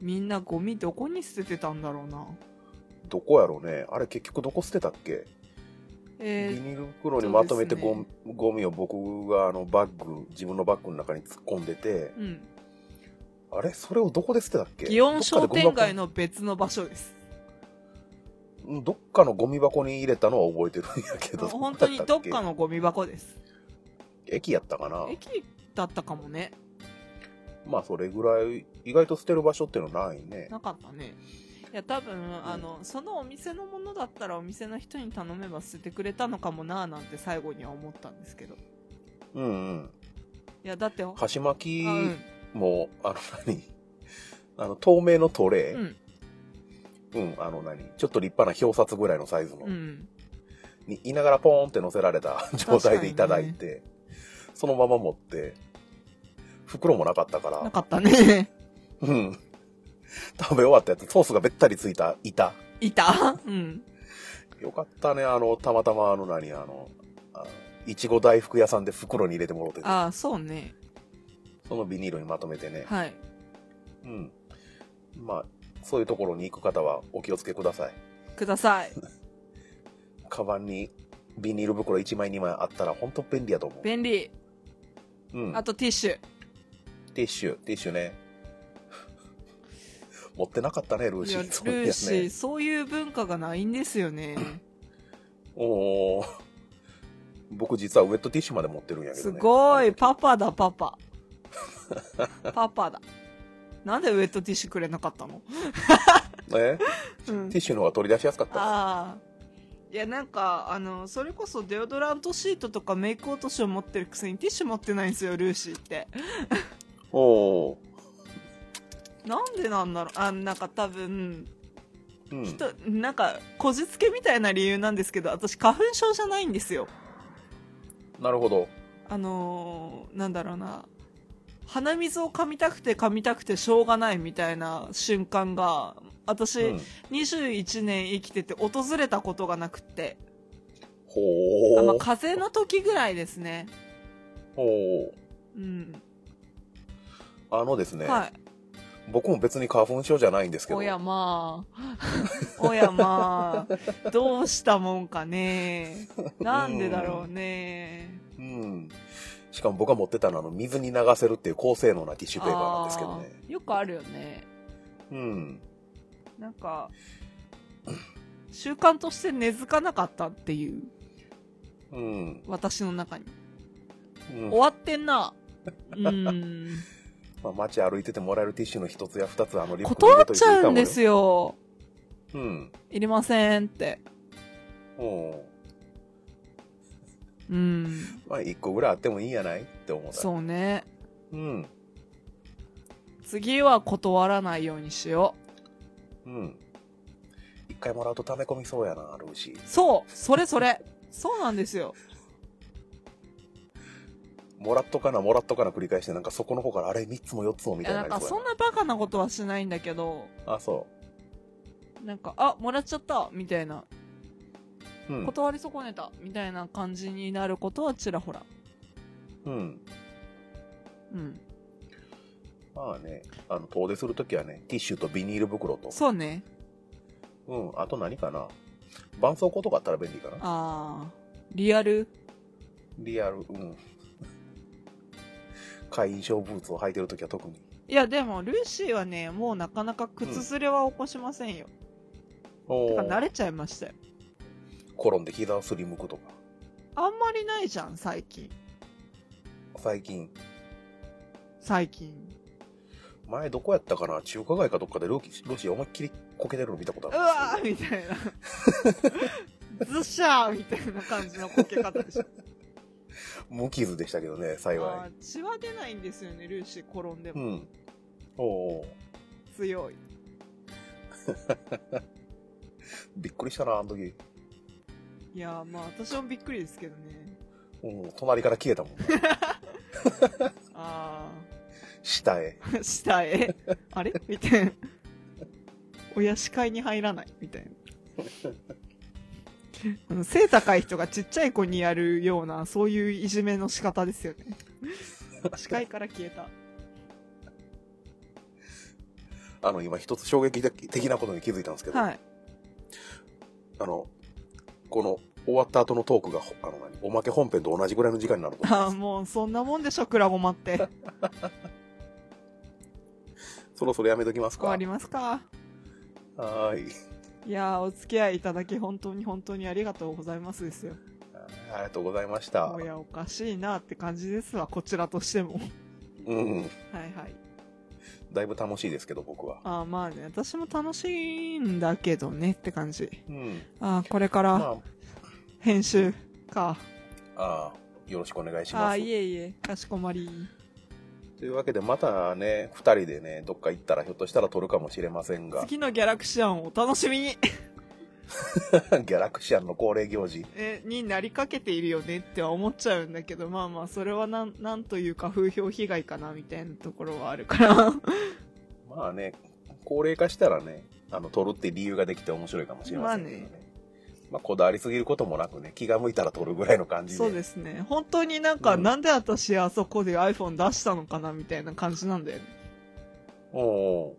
[SPEAKER 1] みんなゴミどこに捨ててたんだろうな
[SPEAKER 2] どこやろうね。あれ結局どこ捨てたっけ、ビ
[SPEAKER 1] え
[SPEAKER 2] ニール袋にまとめて
[SPEAKER 1] そう
[SPEAKER 2] ゴ,、
[SPEAKER 1] です
[SPEAKER 2] ゴミを僕があのバッグ、自分のバッグの中に突っ込んでて
[SPEAKER 1] ー、、うん
[SPEAKER 2] あれそれをどこで捨てたっけ
[SPEAKER 1] 祇園商店街
[SPEAKER 2] の。
[SPEAKER 1] の別の場所です
[SPEAKER 2] うんどっかのゴミ箱に入れたのは覚えてるんやけど。
[SPEAKER 1] [LAUGHS] 本当にどっか
[SPEAKER 2] の。
[SPEAKER 1] のゴミ箱です
[SPEAKER 2] 駅やったかな。
[SPEAKER 1] 駅だったかもね
[SPEAKER 2] まあそれぐらい、意外と捨てる場所っていうのはないね。
[SPEAKER 1] なかったねいや多分、あのそのお店のものだったらお店の人に頼めば捨ててくれたのかもなーなんて最後には思ったんですけどい
[SPEAKER 2] うんうん。
[SPEAKER 1] やだってあ
[SPEAKER 2] 箸巻
[SPEAKER 1] う
[SPEAKER 2] き
[SPEAKER 1] ん
[SPEAKER 2] も、あの何 [LAUGHS] あの、透明のトレ
[SPEAKER 1] う
[SPEAKER 2] ー、
[SPEAKER 1] ん
[SPEAKER 2] うん、あの何ちょっと立派な表札ぐらいのサイズの、
[SPEAKER 1] うん
[SPEAKER 2] にいながらポーンって乗せられ
[SPEAKER 1] [LAUGHS]
[SPEAKER 2] た状態でいただいて、そのまま持って、袋もなかったか
[SPEAKER 1] な
[SPEAKER 2] ら、
[SPEAKER 1] かった
[SPEAKER 2] [LAUGHS]
[SPEAKER 1] ね
[SPEAKER 2] うん。食べ終わったやつ、ソースがべったりついた板。
[SPEAKER 1] いたうん
[SPEAKER 2] よかったね、あの、たまたまあの何あの、あのいちご大福屋さんで袋に入れてもろてて、
[SPEAKER 1] ああそうね
[SPEAKER 2] そのビニールにまとめてね、
[SPEAKER 1] はい
[SPEAKER 2] うん。まあ、そういうところに行く方はお気をつけください。
[SPEAKER 1] ください
[SPEAKER 2] カバンにビニール袋1枚2枚あったら本当便利やと思
[SPEAKER 1] 便利
[SPEAKER 2] う。うん
[SPEAKER 1] あ。とティッシュ
[SPEAKER 2] ティッシュ、ティッシュね。 [LAUGHS] 持ってなかったね、ルー
[SPEAKER 1] い
[SPEAKER 2] シ
[SPEAKER 1] や
[SPEAKER 2] ー。そう
[SPEAKER 1] ル
[SPEAKER 2] い
[SPEAKER 1] ー
[SPEAKER 2] や
[SPEAKER 1] シー。そういう文化がないんですよね
[SPEAKER 2] おー僕実はウェットティッシュまで持ってるんやけど
[SPEAKER 1] す
[SPEAKER 2] ね。
[SPEAKER 1] ごい。パパだパパ [LAUGHS] パパだなんでウェットティッシュくれなかったの
[SPEAKER 2] え
[SPEAKER 1] うん
[SPEAKER 2] ティッシュの方が取り出しやすかった。
[SPEAKER 1] ああいやなんかあのそれこそデオドラントシートとかメイク落としを持ってるくせにティッシュ持ってないんですよルーシーって
[SPEAKER 2] おー
[SPEAKER 1] なんでなんだろうあなんか多分
[SPEAKER 2] うん。
[SPEAKER 1] となんかこじつけみたいな理由なんですけど私花粉症じゃないんですよ
[SPEAKER 2] なるほど。
[SPEAKER 1] あのーなんだろうな鼻水を噛みたくて噛みたくてしょうがないみたいな瞬間が私、
[SPEAKER 2] うん。
[SPEAKER 1] 21年生きてて訪れたことがなくって
[SPEAKER 2] ほほ
[SPEAKER 1] あまあ、
[SPEAKER 2] う。
[SPEAKER 1] 風邪の時ぐらいですね。
[SPEAKER 2] ほ
[SPEAKER 1] う
[SPEAKER 2] う。
[SPEAKER 1] ん。
[SPEAKER 2] あのですね、
[SPEAKER 1] はい。
[SPEAKER 2] 僕も別に花粉症じゃないんですけど、
[SPEAKER 1] おやま
[SPEAKER 2] [LAUGHS]
[SPEAKER 1] あ。おやまあ。どうしたもんかね。なんでだろうね。
[SPEAKER 2] うん。しかも僕が持ってたのはあの水に流せるっていう高性能なティッシュペーパーなんですけどね。
[SPEAKER 1] あーよくあるよね。
[SPEAKER 2] うん。
[SPEAKER 1] なんか、習慣として根付かなかったっていう、
[SPEAKER 2] うん。
[SPEAKER 1] 私の中に。
[SPEAKER 2] うん
[SPEAKER 1] 終わってんな。うん。
[SPEAKER 2] [LAUGHS] まあ、街歩いててもらえるティッシュの一つや二つ、あの、リュックに
[SPEAKER 1] 断
[SPEAKER 2] 入れ
[SPEAKER 1] っ
[SPEAKER 2] とい
[SPEAKER 1] ち
[SPEAKER 2] ていいかも
[SPEAKER 1] ゃ
[SPEAKER 2] よ
[SPEAKER 1] うんですよ。
[SPEAKER 2] うん。
[SPEAKER 1] いりませんって。
[SPEAKER 2] うん。
[SPEAKER 1] うん。
[SPEAKER 2] まあ、一個ぐらいあってもいいんやないって思った。
[SPEAKER 1] そうね。
[SPEAKER 2] うん。
[SPEAKER 1] 次は断らないようにしよ
[SPEAKER 2] うん。一回もらうと溜め込みそうやな、ルーシー
[SPEAKER 1] う。。そうそれそれそうなんですよ。
[SPEAKER 2] もらっとかな、もらっとかな繰り返して、なんかそこの方からあれ三つも四つもみ
[SPEAKER 1] い
[SPEAKER 2] たい
[SPEAKER 1] や、
[SPEAKER 2] に
[SPEAKER 1] な
[SPEAKER 2] なんり
[SPEAKER 1] か
[SPEAKER 2] そう
[SPEAKER 1] そんなバカなことはしないんだけど、
[SPEAKER 2] やな。あ、そ
[SPEAKER 1] なんか、あ、もらっちゃったみたいな。
[SPEAKER 2] う。うん。
[SPEAKER 1] 断り損ねたみたいな感じになることはちらほら。
[SPEAKER 2] うん。
[SPEAKER 1] うん。
[SPEAKER 2] まあね、あの、遠出するときはね、ティッシュとビニール袋と、
[SPEAKER 1] そうね。
[SPEAKER 2] うん、あと何かな。絆創膏とかあったら便利かな。
[SPEAKER 1] あー、リアル。
[SPEAKER 2] リアル、うん。会員証ブーツを履いてるときは特に。
[SPEAKER 1] いや、でも、ルーシーはね、もうなかなか靴すれは起こしませんよ。
[SPEAKER 2] お
[SPEAKER 1] てか、慣
[SPEAKER 2] ー
[SPEAKER 1] れちゃいましたよ。
[SPEAKER 2] 転んで膝をすりむくとか。
[SPEAKER 1] あんまりないじゃん、最近。
[SPEAKER 2] 最近、
[SPEAKER 1] 最近。
[SPEAKER 2] 前どこやったかな中華街かどっかでロキロシー思いっきりこけてるの見たことあ
[SPEAKER 1] う
[SPEAKER 2] るん
[SPEAKER 1] わーみたい
[SPEAKER 2] [LAUGHS]
[SPEAKER 1] な。ずっしゃーみたいな感じのこけ方で
[SPEAKER 2] [LAUGHS]
[SPEAKER 1] しょ。
[SPEAKER 2] ですけど無傷でしたけどね、幸
[SPEAKER 1] あ
[SPEAKER 2] い。
[SPEAKER 1] ー血は出ないんですよね、ルーシー転んで
[SPEAKER 2] う
[SPEAKER 1] も。
[SPEAKER 2] ん。おー
[SPEAKER 1] 強い。
[SPEAKER 2] びっくりしたな、あの時。
[SPEAKER 1] いやー、まあ、私もびっくりですけどね。
[SPEAKER 2] うん、隣から消え
[SPEAKER 1] [LAUGHS]
[SPEAKER 2] たもんな。
[SPEAKER 1] あ
[SPEAKER 2] 下へ。
[SPEAKER 1] ー、 [LAUGHS] 下へ。あれみたいな。親視界に入らないみたいな。あの背高い人がちっちゃい子にやるような、そういういじめの仕方ですよね。視界から消えた。
[SPEAKER 2] あの、今一つ衝撃的なことに気づいたんですけど、
[SPEAKER 1] はい。
[SPEAKER 2] あの、この終わった後のトークが、ほあの、何おまけ本編と同じぐらいの時間に
[SPEAKER 1] [LAUGHS]
[SPEAKER 2] なると思い
[SPEAKER 1] あ
[SPEAKER 2] ま
[SPEAKER 1] ー
[SPEAKER 2] す。
[SPEAKER 1] もうそんなもんでしょ、クラゴマって。
[SPEAKER 2] そろそろやめときます
[SPEAKER 1] 終
[SPEAKER 2] か。
[SPEAKER 1] わりますか。
[SPEAKER 2] はーい。
[SPEAKER 1] いやー、お付き合いいただき本当に本当にありがとうございますですよ。
[SPEAKER 2] ありがとうございました
[SPEAKER 1] お。や、おかしいなって感じですわ、こちらとしても。
[SPEAKER 2] うん。
[SPEAKER 1] はいはい。
[SPEAKER 2] だいぶ楽しいですけど、僕は。
[SPEAKER 1] あーまあね、私も楽しいんだけどねって感じ。
[SPEAKER 2] うん。
[SPEAKER 1] あーこれから
[SPEAKER 2] ま
[SPEAKER 1] 編集か。
[SPEAKER 2] あ、あーよろしくお願いし
[SPEAKER 1] あ
[SPEAKER 2] ま
[SPEAKER 1] ー
[SPEAKER 2] す。
[SPEAKER 1] いえいえ、かしこまり。
[SPEAKER 2] というわけで、またね、二人でね、どっか行ったらひょっとしたら撮るかもしれませ
[SPEAKER 1] [LAUGHS]
[SPEAKER 2] んが、
[SPEAKER 1] 次のギャラクシアンをお楽しみに
[SPEAKER 2] ギャラクシアンの恒例行事。
[SPEAKER 1] え、になりかけているよねっては思っちゃうんだけど、まあまあ、それはなん、なんというか風評被害かなみたいなところはあるから。
[SPEAKER 2] まあね、高齢化したらね、あの、撮るって理由ができて面白いかもしれませんけどね。ま
[SPEAKER 1] ま
[SPEAKER 2] あこだわりすぎることもなくね、気が向いたら撮るぐらいの感
[SPEAKER 1] [LAUGHS]
[SPEAKER 2] じで。
[SPEAKER 1] そうですね。本当になんか、
[SPEAKER 2] うん
[SPEAKER 1] なんで私あそこで iPhone 出したのかなみたいな感じなんだよね。
[SPEAKER 2] おうおう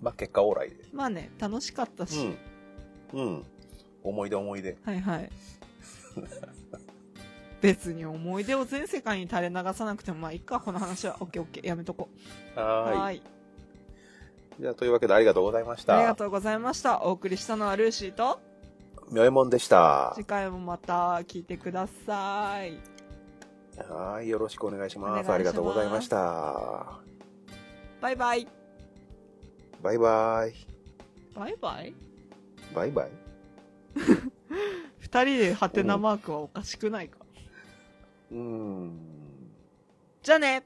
[SPEAKER 2] まあ、結果オーライで。
[SPEAKER 1] まあね、楽しかったし。
[SPEAKER 2] うん。うん。思い出思い出。
[SPEAKER 1] はいはい。 [LAUGHS] 別に思い出を全世界に垂れ流さなくてもまあいいか、この話は。オッケーオッケー、やめとこう。
[SPEAKER 2] はーい。
[SPEAKER 1] い。
[SPEAKER 2] じゃあ、というわけでありがとうございまし
[SPEAKER 1] ありが
[SPEAKER 2] た。
[SPEAKER 1] とうございました。お送りしたのはルーシーと、
[SPEAKER 2] みょえもんでした
[SPEAKER 1] 次。回もまた聞いてください。
[SPEAKER 2] はい。よろしくお願いし
[SPEAKER 1] お願
[SPEAKER 2] ま
[SPEAKER 1] いし
[SPEAKER 2] す。
[SPEAKER 1] ます
[SPEAKER 2] ありがとうございました。
[SPEAKER 1] バイバイ。
[SPEAKER 2] バイバイ。
[SPEAKER 1] バイバイ
[SPEAKER 2] バイバイ。
[SPEAKER 1] 二人でハテナマークはおかしくないか。
[SPEAKER 2] うーん。
[SPEAKER 1] じゃあね